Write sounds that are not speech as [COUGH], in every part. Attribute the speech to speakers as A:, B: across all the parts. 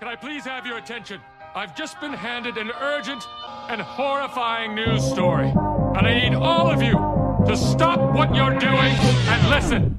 A: can I please have your attention? I've just been handed an urgent and horrifying news story. And I need all of you to stop what you're doing and listen.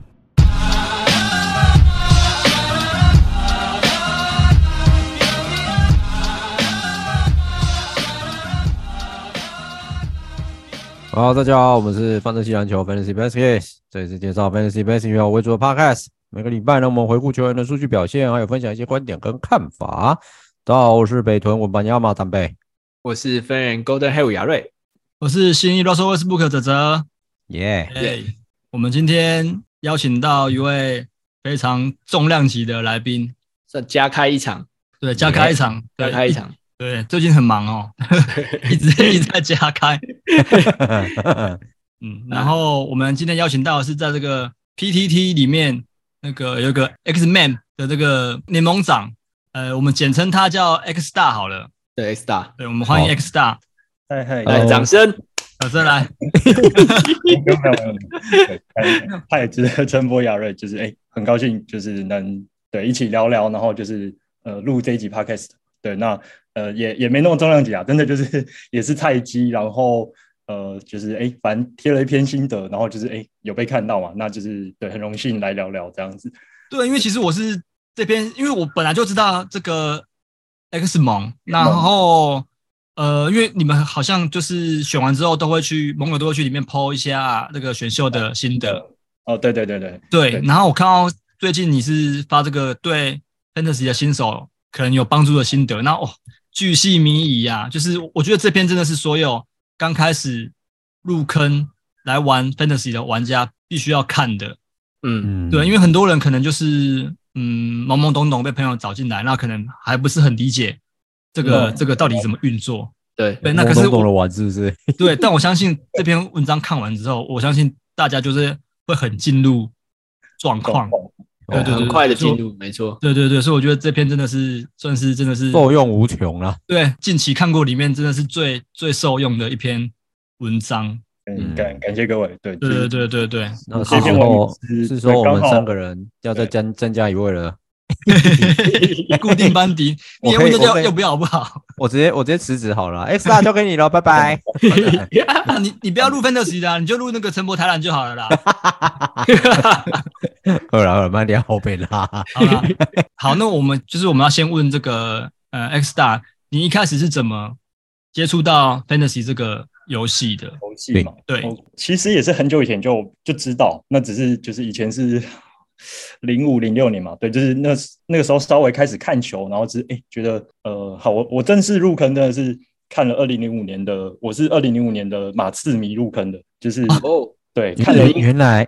B: 好，大家好，我们是范特西篮球 Fantasy Baskets，这里是介绍 Fantasy Baskets 为主的 Podcast。每个礼拜呢，我们回顾球员的数据表现，还有分享一些观点跟看法。大家好，我是北屯文班亚马坦贝，
C: 我是分人 Golden Hill 亚瑞，
D: 我是新一 Russell Westbrook 哲哲。
B: 耶、
D: 耶！我们今天邀请到一位非常重量级的来宾，
C: 算加开一场，
D: 对，加开一场，
C: 加开一，场，
D: 对，最近很忙
C: [LAUGHS]
D: 哦，一直一直在加开，嗯，然后我们今天邀请到的是在这个 PTT 里面那个有一个 X Man 的这个联盟长，呃，我们简称他叫 X 大好了，
C: 对 X 大，
D: 对，我们欢迎
B: 好
D: X 大，
E: 嗨嗨，
C: 来
B: Hello
C: 掌声，
D: 小郑来，
E: 没有没有没有没有，对他也值得陈波雅瑞，就是哎、很高兴就是能对一起聊聊，然后就是呃录这一集 podcast，对，那呃也也没那么重量级啊，真的就是 [LAUGHS] 也是菜鸡，然后呃就是哎、反正贴了一篇心得，然后就是哎、有被看到嘛，那就是对很荣幸来聊聊这样子，
D: 对，因为其实我是这边，因为我本来就知道这个 X 盟，然后呃，因为你们好像就是选完之后都会去盟友都会去里面 PO 一下那个选秀的心得，
E: 哦对对对对，
D: 对。然后我看到最近你是发这个对 Fantasy 的新手可能有帮助的心得，那哦，巨细靡遗啊，就是我觉得这篇真的是所有刚开始入坑来玩 Fantasy 的玩家必须要看的，
C: 嗯，
B: 嗯
D: 对，因为很多人可能就是嗯懵懵懂懂被朋友找进来，那可能还不是很理解这个、
E: 嗯
D: 这个到底怎么运作。
C: 对，
D: 对，那可是
B: 懂了
D: 我
B: 玩是不是？
D: 对，但我相信这篇文章看完之后，我相信大家就是会很进入状况。对对对，
C: 很
D: 对
C: 快的进。
D: 所以我
C: 入，没错，
D: 对对对，所以我觉得这篇真的是算是真的是
B: 受用无穷啦。
D: 对近期看过里面真的是最最受用的一篇文章。
E: 嗯，感感谢各位，对
D: 对对对对对，
B: 那
E: 谢
B: 是
E: 谢
B: 时
E: 我们
B: 候
E: 是
B: 是时候我
E: 刚
B: 们
E: 好
B: 三个人要再增增加一位了。 [LAUGHS]
D: 固定班底，你也
B: 我可
D: 问
B: 以
D: 大
B: 我可
D: 家
B: 以
D: 要不要好不好？
B: 我直接我直接辞职好了，X 大交给你了，拜拜。
D: 啊， [LAUGHS] 你你不要录 fantasy 的啊、你就录那个陈博台篮就好了啦。
B: 好了好了，慢点，后边啦。
D: 好啦，好，那我们就是我们要先问这个呃 X 大，你一开始是怎么接触到 fantasy 这个游戏的？
E: 游戏嘛，
D: 对对
E: 我其实也是很久以前就就知道，那只是就是以前是 [LAUGHS] 零五零六年嘛，对，就是那那个时候稍微开始看球，然后就是哎、诶觉得呃好，我我正式入坑真的是看了二零零五年的，我是二零零五年的马刺迷入坑的，就是、
C: 哦，
E: 对看了
B: 原
E: 一
B: 原来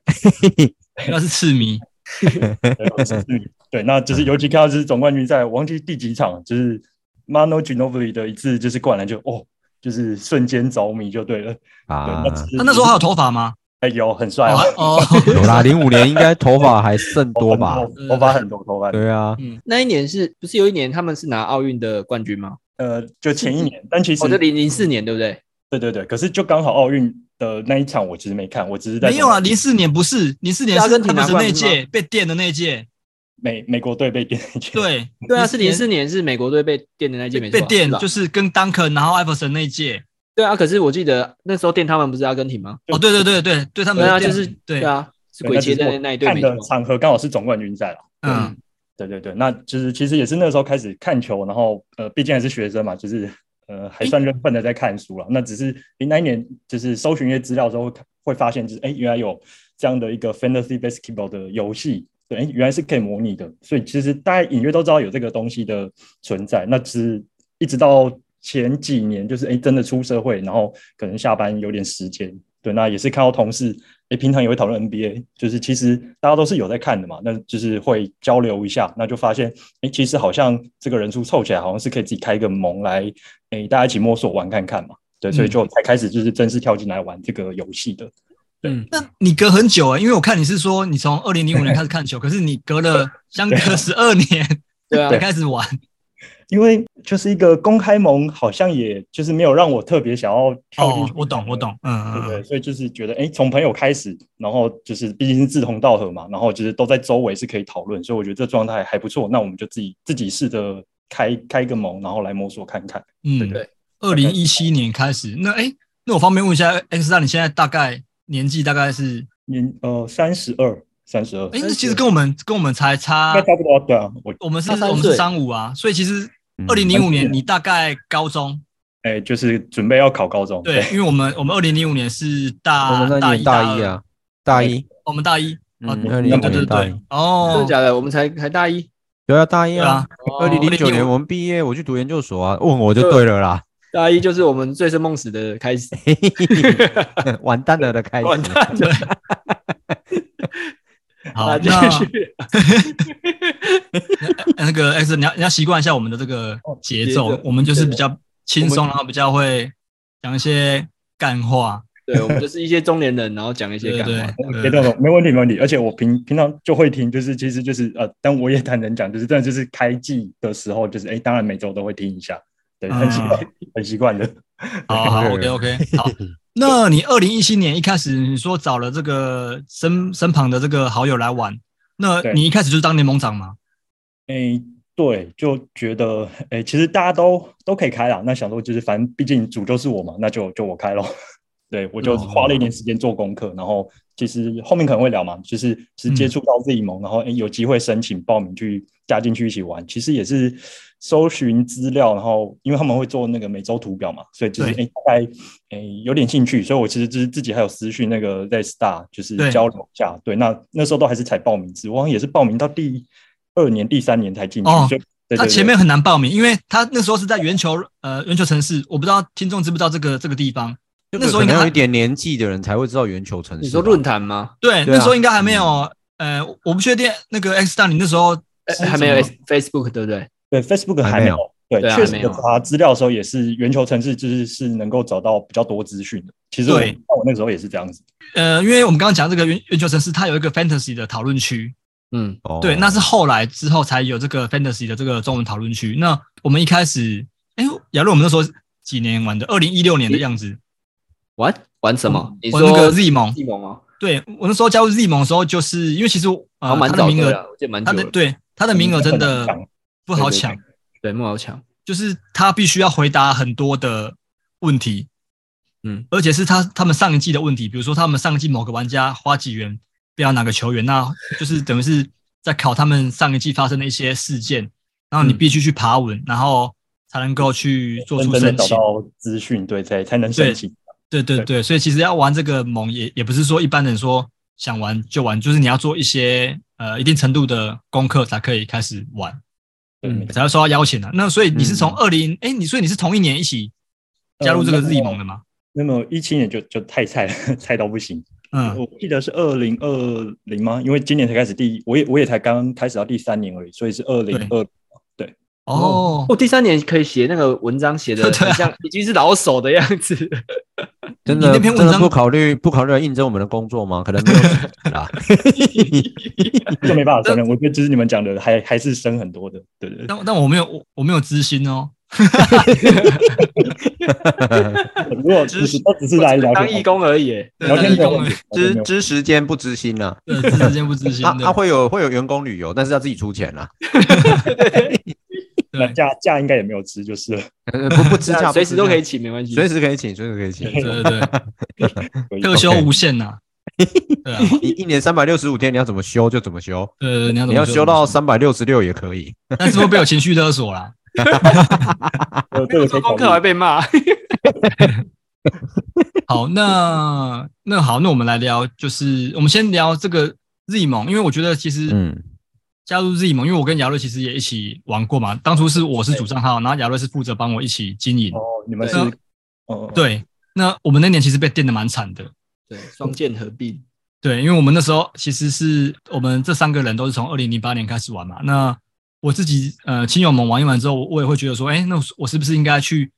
D: 那是痴
C: [LAUGHS]
D: 迷，
E: 对我是对，那就是尤其看到就是总冠军赛，我忘记第几场，就是 Mano Ginobili 的一次就是灌篮就哦，就是瞬间着迷就对了，对，
B: 啊
E: 那，只是
D: 他、那时候还有头发吗？
E: 哎有很帅
D: 哦
E: 啊。
D: 哦，
B: 有啦，零五年应该头发还剩多吧？
E: 头头发很多，头发很多
B: 对啊，
C: 那一年是不是有一年他们是拿奥运的冠军吗？
E: 呃，就前一年，但其实
C: [LAUGHS] 哦，这零零四年对不对？
E: 对对对，可是就刚好奥运的那一场，我其实没看，我只是在
D: 没有啊，零四年不是，零四年
C: 阿
D: 是
C: 根廷
D: 他们
C: 拿
D: 是
C: 冠
D: 那
C: 军吗
D: 届被电的那届，
E: 美美国队被 [LAUGHS] 点
D: 对
C: 对啊，是零四
D: 年
C: 年是美国队被电的那届，没错
D: 被
C: 啊，
D: 电
C: 是吧
D: 就是跟 Duncan 然后 Iverson 那一届。
C: 对啊，可是我记得那时候电他们不是阿根廷吗？
D: 哦，对对对对对，他们
C: 对啊，
D: 电
C: 就是
D: 对
C: 对啊，是鬼切的那一队，没
E: 看的
C: 错，
E: 场合刚好是总冠军赛了。啊
D: 嗯，
E: 对对对，那就是其实也是那时候开始看球，然后呃，毕竟还是学生嘛，就是呃还算认份的在看书了。那只是零那一年就是搜寻一些资料之后，会发现就是哎，原来有这样的一个 fantasy basketball 的游戏，对，哎，原来是可以模拟的。所以其实大家隐约都知道有这个东西的存在。那只是一直到前几年，就是哎真的出社会，然后可能下班有点时间，对，那也是看到同事诶，平常也会讨论 NBA，就是其实大家都是有在看的嘛，那就是会交流一下，那就发现，诶，其实好像这个人数凑起来，好像是可以自己开一个盟来，诶，大家一起摸索玩看看嘛，对，所以就才开始就是正式跳进来玩这个游戏的。
D: 嗯，那你隔很久哎、因为我看你是说你从二零
B: [LAUGHS]
D: 零五年开始看球，可是你隔了相隔十二年
C: 对啊
D: 才，开始玩，
E: 因为就是一个公开盟，好像也就是没有让我特别想要跳进
D: 哦
E: 去，
D: 我懂，我懂，嗯
E: 对
D: 嗯，
E: 对，
D: 嗯，
E: 所以就是觉得，哎，从朋友开始，然后就是毕竟是志同道合嘛，然后就是都在周围是可以讨论，所以我觉得这状态还不错。那我们就自己自己试着开开一个盟，然后来摸索看看。
D: 嗯，
E: 对
C: 对。
D: 二零一七年开始，那哎、那我方便问一下 X 大，你现在大概年纪大概是？
E: 年呃三十二，三十二，
D: 哎、那其实跟我们跟我们才差
E: 应该，差不多。对啊，我
D: 我们是
C: 差三岁
D: 我们是三五啊，所以其实
B: 嗯
D: 二零零五
E: 蛮近
D: 年
E: 的
D: 你大概高中，
E: 哎就是准备要考高中。
D: 对，因为我们我们二零零五年是
B: 我
D: 大
B: 们那
D: 大
B: 年
D: 一
B: 大一
D: 二，
B: 啊，大一，
D: 我们大一，啊
B: 嗯，
D: 对
B: 二零零五
D: 对
B: 年
D: 对
B: 大一
D: 对，，哦
C: 真，的假的？我们才才大一，
B: 对啊，大一
D: 对
B: 啊
D: 啊，，
C: 哦
B: 二零零九年我们毕业，我去读研究所啊， [LAUGHS] 问我就对了
D: [LAUGHS]
B: 啦，
C: 大一就是我们醉生梦死的开始，
B: 完蛋了的开
D: 哦
B: 始，
C: [LAUGHS] 完蛋了，
D: 好，
C: [LAUGHS] 大
D: 那
C: 家继续
D: 那个 X，你要你要习惯一下我们的这个节奏
C: 节奏，
D: 我们就是比较轻松，然后比较会讲一些干话，
C: [LAUGHS] 对我们就是一些中年人，然后讲一些
D: 对
C: 干
D: 对
C: 话。
E: 别
D: 对
E: 动 [LAUGHS] 了，没问题，没问题。而且我平平常就会听，就是其实就是呃，但我也坦诚讲，就是真的就是开季的时候，就是哎，当然每周都会听一下，对，
D: 啊
E: 很习惯，很习惯的。
D: 好好，OK OK，好。那你二零一七年一开始你说找了这个身身旁的这个好友来玩，那
E: 对
D: 你一开始就是当联盟长嘛？
E: 诶，对，就觉得诶，其实大家都都可以开啦。那想说就是，反正毕竟主就是我嘛，那就就我开咯。 [LAUGHS] 对，我
D: 嗯
E: 就花了一点时间做功课，然后其实后面可能会聊嘛，就是是
D: 嗯
E: 接触到自己盟，然后诶有机会申请报名去加进去一起玩。其实也是搜寻资料，然后因为他们会做那个每周图表嘛，所以就是
D: 对
E: 诶大概诶有点兴趣，所以我其实就是自己还有私讯那个在 Star 就是
D: 对
E: 交流一下。对，那那时候都还是才报名制，我好像也是报名到第二年、第三年才进去，
D: 哦
E: 就对对
D: 他
E: 对
D: 前面很难报名，因为他那时候是在圆球呃圆球城市，我不知道听众知不知道这个这个地方。那时候
B: 可
D: 应
B: 能有
D: 该
B: 一点年纪的人才会知道圆球城市吧。
C: 你说论坛吗？
D: 对，
B: 对啊
D: 那时候应该还没有呃，我不确定那个 X 大你那时候
C: 哎
D: 是
C: 还没有
D: 怎么
C: Facebook 对不对？
E: 对 Facebook
B: 还
E: 还
B: 没
E: 没
B: 有
E: 有，对，
C: 对啊
E: 确
C: 还
E: 实
C: 没有
E: 我查资料的时候也是圆球城市，就是是能够找到比较多资讯的。其实我
D: 对
E: 像我那个时候也是这样子，
D: 呃，因为我们刚刚讲这个圆圆球城市，它有一个 fantasy 的讨论区，
C: 嗯，
B: 哦
D: 对，那是后来之后才有这个 fantasy 的这个中文讨论区。那我们一开始，哎，假如我们那时候几年玩的，二零一六年的样子，
C: 玩玩什么？你
D: 我
C: 说
D: 那个 Z 盟，
C: 地盟吗？
D: 对我那时候加入 Z 盟的时候，就是因为其实
C: 好像
D: 呃，
C: 哦蛮
D: 他的
C: 早
D: 名
C: 的嗯
D: 额，
C: 了，我记得蛮
D: 他
C: 久
D: 的
C: 了。
D: 对他的名额真的
E: 很难抢
D: 不好
C: 对对对
D: 抢，
C: 对，莫好强，
D: 就是他必须要回答很多的问题，
C: 嗯，
D: 而且是他他们上一季的问题，比如说他们上一季某个玩家花几元不要哪个球员，那 [LAUGHS] 就是等于是在考他们上一季发生的一些事件，然后你
C: 嗯
D: 必须去爬文，然后才能够去做
E: 真
D: 出
E: 正的
D: 申
E: 找
D: 请。
E: 到资讯，对，才才能申请。
D: 对对对，所以其实要玩这个盟也也不是说一般人说想玩就玩，就是你要做一些呃一定程度的功课才可以开始玩，
E: 对没
C: 嗯
E: 错
D: 才会收到邀请的、啊那所以你是从
B: 嗯呃
D: 二零哎，你所以你是同一年一起加入这个
E: 嗯
D: Z 盟的吗？
E: 那么一七年就就太菜了， [LAUGHS] 菜到不行。
D: 嗯，
E: 我记得是二零二零吗？因为今年才开始第一，我也我也才刚开始到第三年而已，所以是二零二。
D: 哦，
C: 我第三年可以写那个文章，写的
D: [LAUGHS] 对
C: 很
D: 啊
C: 像已经是老手的样
D: [LAUGHS]
C: 子。
B: 真
D: 你
B: 的
D: 那篇文
B: 真的
D: 章
B: 不考虑不考虑来应征我们的工作吗？可能没有职责
D: [LAUGHS]
B: 啦。
E: 就没办法承认，我觉得就是你们讲的还还是深很多的，对对对。
D: 但但我没有我我没有知心哦，
E: 如果只是都只是来聊
C: 当
E: 天
C: 义，工而已耶，啊
D: 对
E: 聊
D: 当
E: 天
D: 义
E: 没有
D: 工
E: 问题，聊天
B: 知
E: 没有问题
B: 知时间不知心啦。
D: 对，知间不知
B: [LAUGHS]
D: 心
B: 啊
D: 的，
B: 啊，会有会有员工旅游，但是要自己出钱
D: [LAUGHS]
B: 啦。
E: 那
D: 对
E: 价价应该也没有值，就是了
B: 呃不不支
C: 那
D: 啊
B: 架，
C: 啊随
B: 不
C: 时
B: 支
C: 都可以
B: 架，
C: 请，没关系。
D: [LAUGHS]
B: 随时可以请，随时可以请。
D: 对对对，
E: 可以
D: 特休无限呐，对啊，
B: 你一年三百六十五天，你要怎么休就怎么休，
D: 呃，你要怎么
B: 你要休
D: 说
B: 到，三百六十六也可以。
D: 但是会被我情绪勒索啦。
E: 呃这个可
C: 做
E: 以考
C: 功课还 [LAUGHS]
E: 虑。
C: 被骂，
D: 嗯好，那那好，那我们来聊，就是我们先聊这个 Z 盟，因为我觉得其实
B: 嗯，
D: 加入 Z 盟，因为我跟雅瑞其实也一起玩过嘛。当初是我是主账号，然后雅瑞是负责帮我一起经营。
E: 哦，你们是
C: 对
D: 啊
E: 哦哦，哦，
D: 对，那我们那年其实被电的蛮惨的。
C: 对，双剑合璧，
D: 对，因为我们那时候其实是我们这三个人都是从二零零八年开始玩嘛。那我自己呃亲友们玩一玩之后，我我也会觉得说，哎、那我是不是应该去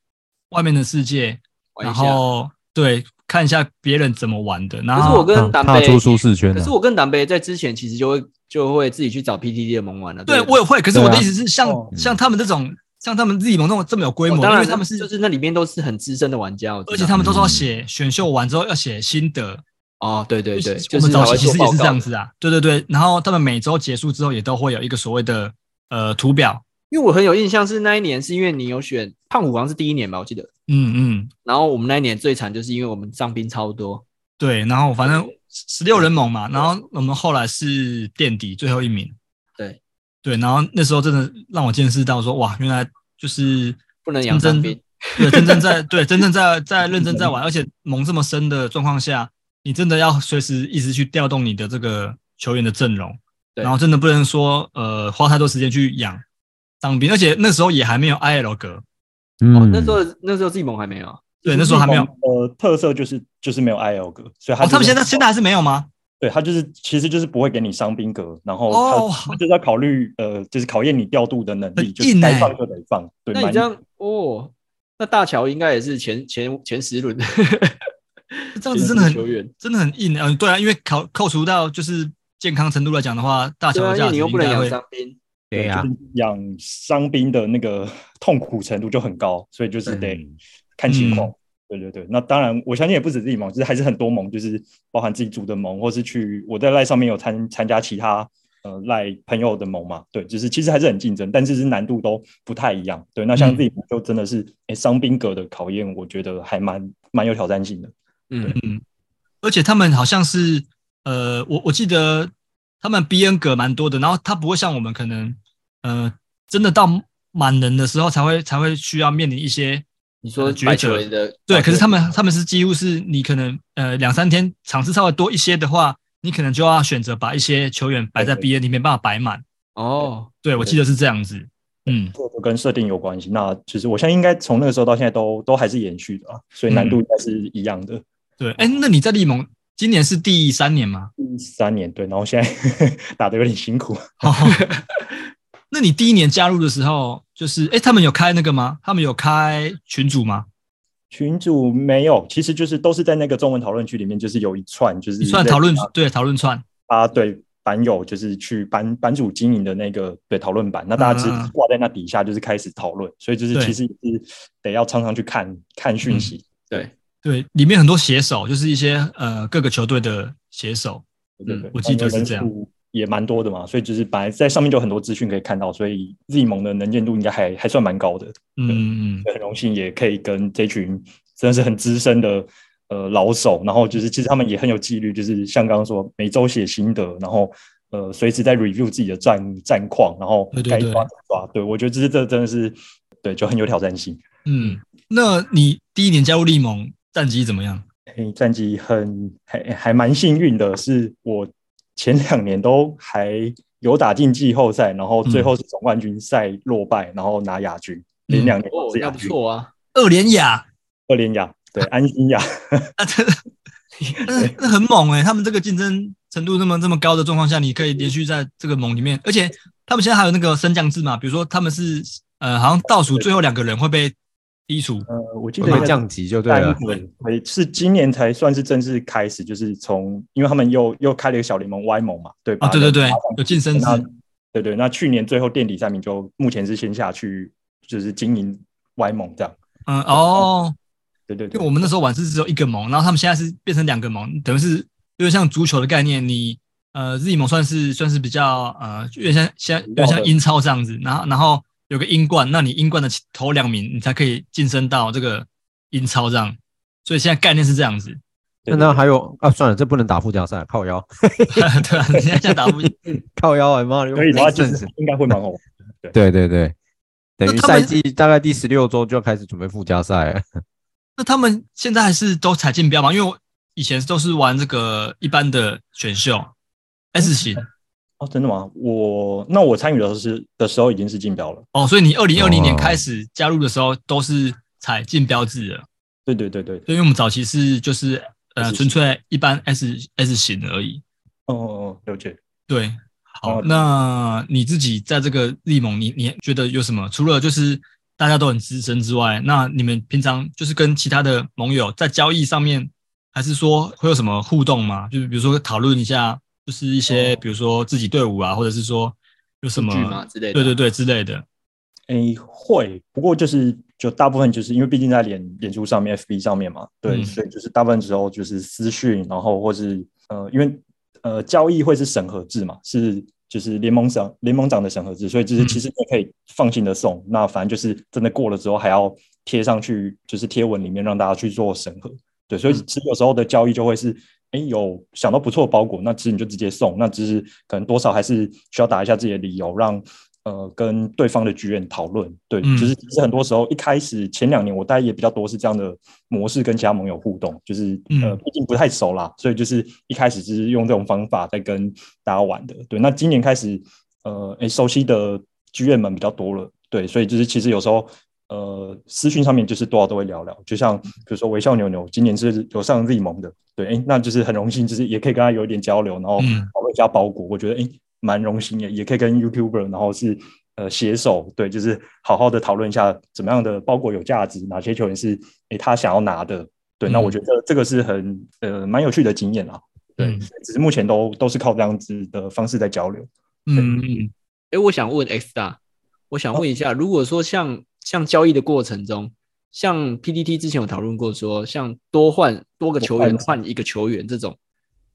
D: 外面的世界，
C: 玩一
D: 然
C: 下。
D: 后对看一下别人怎么玩的？然
C: 可
D: 后嗯
C: 是我跟
B: 啊踏
C: 党
B: 踏
C: 北，
B: 出舒适圈
C: 可
B: 了
C: 是。我跟党北在之前其实就会就会自己去找 PTT 的萌玩了。
D: 对
C: 不
D: 我也会，可是
B: 对啊
D: 我的意思是像，
E: 哦
D: 像他们这种，像他们自己盟那种这么有规模，
C: 哦当
D: 因
C: 然
D: 为他们是，
C: 就是那里面都是很资深的玩家，我知道
D: 而且他们都是要写选秀完之后要写心得，
C: 哦，对对对，
D: 我
C: 就
D: 们
C: 是
D: 早
C: 还会
D: 期其实
C: 做报
D: 也
C: 告
D: 是
C: 的
D: 这样子啊，对对对。然后他们每周结束之后也都会有一个所谓的呃图表，
C: 因为我很有印象是那一年，是因为你有选胖虎好像是第一年吧，我记得。
D: 嗯嗯，
C: 然后我们那一年最惨就是因为我们伤兵超多，
D: 对。然后反正十六人盟嘛，然后我们后来是垫底最后一名，
C: 对
D: 对。然后那时候真的让我见识到说，哇，原来就是
C: 不能养
D: 真正
C: 伤兵。
D: 对，真正在对真正在在认真在玩，而且盟这么深的状况下，你真的要随时一直去调动你的这个球员的阵容，
C: 对
D: 然后真的不能说呃花太多时间去养当兵，而且那时候也还没有 IL 格，
B: 嗯
C: 那时候那时候自己萌还没有，
D: 对，那时候还没有。
E: 呃，特色就是就是没有 IL 格，所以他
D: 哦，
E: 就是
D: 他们现在现在还是没有吗？
E: 对他就是其实就是不会给你伤兵格，然后他,、
D: 哦
E: 他就是要考虑呃，就是考验你调度的能力，
D: 很
E: 就是
D: 硬
E: 该
D: 欸
E: 放就得放。对，
C: 那你
E: 蛮
C: 这样哦，那大乔应该也是前前前十轮，
D: 这样子真的很
C: 球员。
D: 真的很硬，嗯、对啊，因为考扣除到就是健康程度来讲的话，大
C: 对
D: 乔的
C: 啊，因
D: 价
C: 为
D: 值
C: 你又
D: 应
C: 不能
D: 该
C: 养
D: 会
C: 伤兵，
B: 对呀
E: 就是，养伤兵的那个 [LAUGHS] 痛苦程度就很高，所以就是得
B: 嗯
E: 看情况。
D: 嗯
E: 对对对，那当然，我相信也不止自己盟，就是还是很多盟，就是包含自己组的盟，或是去我在赖上面有参参加其他呃赖朋友的盟嘛。对，就是其实还是很竞争，但是是难度都不太一样。对，那像自己盟就真的是诶伤兵格的考验，我觉得还蛮蛮有挑战性的。
C: 嗯，
D: 而且他们好像是呃，我我记得他们 B N 格蛮多的，然后他不会像我们可能呃，真的到满人的时候才会才会需要面临一些
C: 你说
D: 呃
C: 白
D: 抉
C: 球
D: 择
C: 员。的哦
D: 对，可是他们他们是几乎是你可能呃两三天场次稍微多一些的话，你可能就要选择把一些球员摆在
E: 对
D: B N 里面，办法摆满。
C: 哦，
D: 对，我记得是这样子。嗯，
E: 这个跟设定有关系。那其实我相信应该从那个时候到现在都都还是延续的啊，所以难度应该是一样的。
D: 对。哎，那你在利盟今年是第三年吗？
E: 第三年对，然后现在 [LAUGHS] 打的有点辛苦。
D: 哦， [LAUGHS] 那你第一年加入的时候，就是哎，诶他们有开那个吗？他们有开群组吗？
E: 群主没有，其实就是都是在那个中文讨论区里面，就是有一串就是
D: 你算讨论
E: 类似
D: 对讨论串，
E: 啊，对版友就是去版版主经营的那个对讨论版，那大家只
D: 嗯嗯嗯
E: 挂在那底下就是开始讨论，所以就是
D: 对嗯
E: 其实也是得要常常去看看讯息。
C: 对，
D: 对，里面很多写手，就是一些呃各个球队的写手。
E: 对
C: 嗯
E: 对对，
D: 我记得是这样
E: 然后人数也蛮多的嘛，所以就是本来在上面就有很多资讯可以看到，所以 Z 盟的能见度应该还还算蛮高的。
D: 嗯嗯，嗯
E: 很荣幸也可以跟这群真的是很资深的呃老手，然后就是其实他们也很有纪律，就是像刚刚说每周写心得，然后呃随时在 review 自己的战战况，然后
D: 对对
E: 该
D: 对
E: 抓就抓。对我觉得这是这真的是对就很有挑战性，
D: 嗯。那你第一年加入利盟，战绩怎么样？
E: 诶战绩很还还蛮幸运的，是我前两年都还有打进季后赛，然后最后是总冠军赛落败，然后拿亚军，连两年
C: 哦
E: 都，是
C: 那
E: 亚
C: 不
E: 军，
C: 错啊，
D: 二连亚，
E: 二连亚，对安心亚。
D: 啊，这那那很猛哎、他们这个竞争程度那么这么高的状况下，你可以连续在这个盟里面，而且他们现在还有那个升降制嘛，比如说他们是呃好像倒数最后两个人会被剔除，
E: 呃，我记
C: 哦
B: 会
E: 得
B: 被
E: 应该
B: 降级
D: 哦
B: 就对
D: 啊
E: 单
B: 了。
E: 轮回呃是今年才算是正式开始，就是从因为他们又又开了一个小联盟 Y 盟嘛，对吧？
D: 啊对对对
E: 把
D: 有晋升制
E: 那对对，那去年最后垫底三名就目前是先下去，就是经营 Y 盟这样。
D: 嗯哦，
E: 对对
D: 因
E: 对，
D: 为我们那时候玩是只有一个盟，然后他们现在是变成两个盟，等于是有点像足球的概念，你呃日乙盟算是算是比较呃有点像像有点像英超这样子，然后然后有个英冠，那你英冠的头两名你才可以晋升到这个英超这样，所以现在概念是这样子。
E: 对
B: 那那还有啊，算了，这不能打附加赛，靠腰，
D: 对啊，你现在打不赢，
B: 靠腰啊，妈的，
E: 所以的话就
B: 正
E: 是应该会蛮好玩。
B: 对对对，等于
D: 那他们
B: 赛季大概第十六周就开始准备附加赛了。
D: 那他们现在还是都踩竞标嘛？因为我以前都是玩这个一般的选秀 S 型
E: 哦，真的吗？我那我参与的时候是的时候已经是竞标了。
D: 哦，所以你二零二零年
B: 哦
D: 开始加入的时候都是踩竞标制的，
E: 对对对对，
D: 所以我们早期是就是呃
E: S
D: 纯
E: 型
D: 粹一般 S S 型而已。
E: 哦哦哦，了解。
D: 对，好，
E: 哦
D: 那你自己在这个利盟，你你觉得有什么？除了就是大家都很资深之外，那你们平常就是跟其他的盟友在交易上面，还是说会有什么互动吗？就是比如说讨论一下，就是一些、
E: 哦
D: 比如说自己队伍啊，或者是说有什么
C: 数据嘛之类的
D: 对对对之类的。
E: 诶，会，不过就是就大部分就是因为毕竟在脸脸书上面、FB 上面嘛，对，
D: 嗯
E: 所以就是大部分时候就是私讯，然后或是呃，因为呃交易会是审核制嘛，是就是联盟长联盟长的审核制，所以就是
D: 嗯
E: 其实你可以放心的送，那反正就是真的过了之后还要贴上去，就是贴文里面让大家去做审核，对，
D: 嗯
E: 所以其实有时候的交易就会是，哎，有想到不错的包裹，那其实你就直接送，那只是可能多少还是需要打一下自己的理由，让呃跟对方的剧院讨论。对，
D: 嗯
E: 就是其实很多时候一开始前两年我大概也比较多是这样的模式跟其他盟友互动，就是呃
D: 嗯
E: 毕竟不太熟啦，所以就是一开始就是用这种方法在跟大家玩的。对，那今年开始呃，哎，熟悉的剧院们比较多了，对，所以就是其实有时候呃，私讯上面就是多少都会聊聊，就像比如说微笑牛牛今年是有上 Z 盟的，对，哎，那就是很荣幸，就是也可以跟他有一点交流，然后
D: 嗯
E: 讨论一下包裹，我觉得哎蛮荣幸的，也可以跟 YouTuber 然后是呃携手，对，就是好好的讨论一下怎么样的包裹有价值，哪些球员是哎他想要拿的，对，那
D: 嗯
E: 我觉得这个是很呃蛮有趣的经验啦。对
D: 嗯，
E: 只是目前都都是靠这样子的方式在交流。
D: 嗯嗯，哦
C: 哎，我想问 X 大，我想问一下，如果说像像交易的过程中，像 PDT 之前有讨论过说，像多换多个球员
E: 多
C: 换一个球员这种，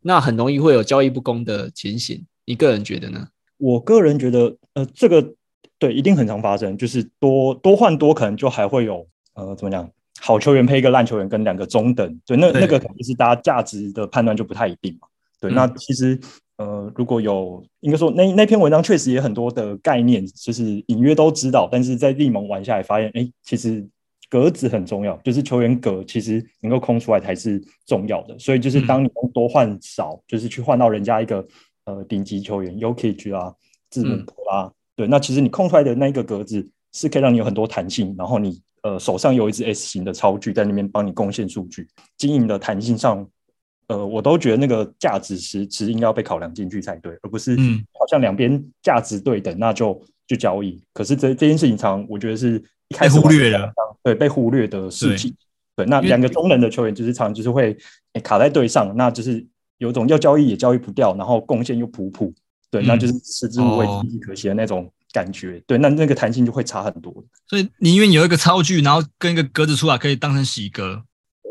C: 那很容易会有交易不公的情形。你个人觉得呢？
E: 我个人觉得，呃，这个对一定很常发生，就是多多换多，可能就还会有呃，怎么讲，好球员配一个烂球员跟两个中等，对，那
D: 对
E: 那个可能就是大家价值的判断就不太一定嘛。对，
D: 嗯
E: 那其实呃，如果有应该说那那篇文章确实也很多的概念，就是隐约都知道，但是在利盟玩下来发现，哎，其实格子很重要，就是球员格其实能够空出来才是重要的。所以就是当你用多换少，就是去换到人家一个呃顶级球员 u k i g 啊、字母哥啊，对，那其实你空出来的那一个格子是可以让你有很多弹性，然后你呃手上有一支 S 型的超巨在那边帮你贡献数据，经营的弹性上，呃，我都觉得那个价值是其实应该要被考量进去才对，而不是
D: 嗯
E: 好像两边价值对等，那就就交易。可是这这件事情常我觉得是一开始
D: 被忽略了
E: 玩家常，对，被忽略的事情。对，那
D: 因为
E: 两个中等的球员就是常常就是会、诶卡在队上，那就是有种要交易也交易不掉，然后贡献又普普，对，
D: 嗯
E: 那就是食之无味，
D: 哦
E: 弃之可惜的那种感觉。对，那那个弹性就会差很多。
D: 所以宁愿有一个超巨，然后跟一个格子出来可以当成喜格。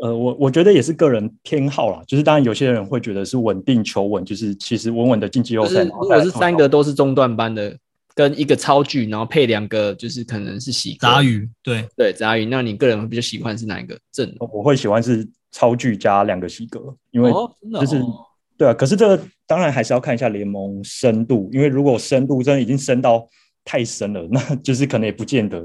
E: 呃，我我觉得也是个人偏好啦，就是当然有些人会觉得是稳定求稳，就是其实稳稳的进季后
C: 就
E: 赛。然
C: 是如
E: 后再
C: 果
E: 来
C: 是
E: 创
C: 三
E: 造
C: 个都是中段班的，跟一个超巨，然后配两个就是可能是喜
D: 杂，鱼对，
C: 对杂鱼，那你个人会比较喜欢是哪一个正的？
E: 我会喜欢是超巨加两个西格，因为、
C: 哦，真的哦
E: 就是对啊。可是这个当然还是要看一下联盟深度，因为如果深度真的已经深到太深了，那就是可能也不见得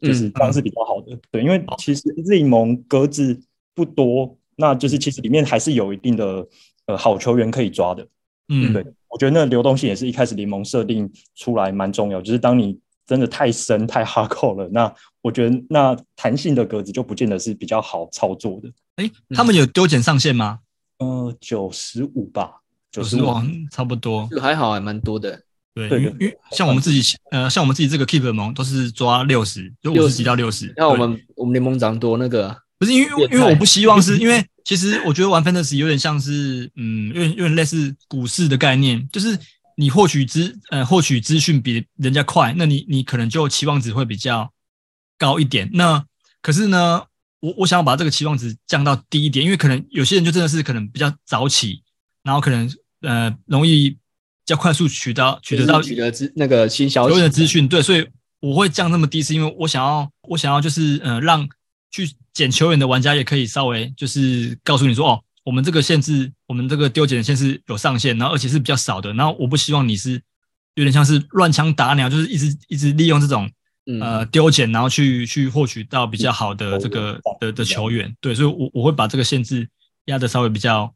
E: 就是
C: 嗯哦
E: 这样是比较好的。对，因为其实联盟格子不多，那就是其实里面还是有一定的呃好球员可以抓的。
D: 嗯，
E: 对，我觉得那个流动性也是一开始联盟设定出来蛮重要，就是当你真的太深太 hardcore 了，那我觉得那弹性的格子就不见得是比较好操作的。
D: 哎，
C: 嗯
D: 他们有丢减上限吗？
E: 呃，九十五吧，九
D: 有
E: 十
D: 时
E: 五
C: 哦
D: 候，差不多。
C: 就还好，还蛮多的。
D: 对，
E: 对
D: 因为因为像我们自己，呃，像我们自己这个 keep 盟都是抓六十，就五十级到六十。
C: 那我
D: 对
C: 们我们联盟长多那个啊，
D: 不是因为
C: 变态
D: 因为我不希望是因为其实我觉得玩 fantasy 有点像是嗯，有点有点类似股市的概念，就是你获取资呃获取资讯比人家快，那你你可能就期望值会比较高一点。那可是呢，我我想要把这个期望值降到低一点，因为可能有些人就真的是可能比较早起，然后可能呃容易比较快速取到取得到
C: 取得资那个新消
D: 所
C: 息
D: 有的资讯，对，所以我会降那么低，是因为我想要，我想要就是呃，让去捡球员的玩家也可以稍微就是告诉你说，哦，我们这个限制，我们这个丢捡的限制有上限，然后而且是比较少的。然后我不希望你是有点像是乱枪打鸟，就是一直一直利用这种
C: 嗯
D: 呃丢捡，然后去去获取到比较好的这
C: 嗯
D: 个的的球员。对，所以我我会把这个限制压的稍微比较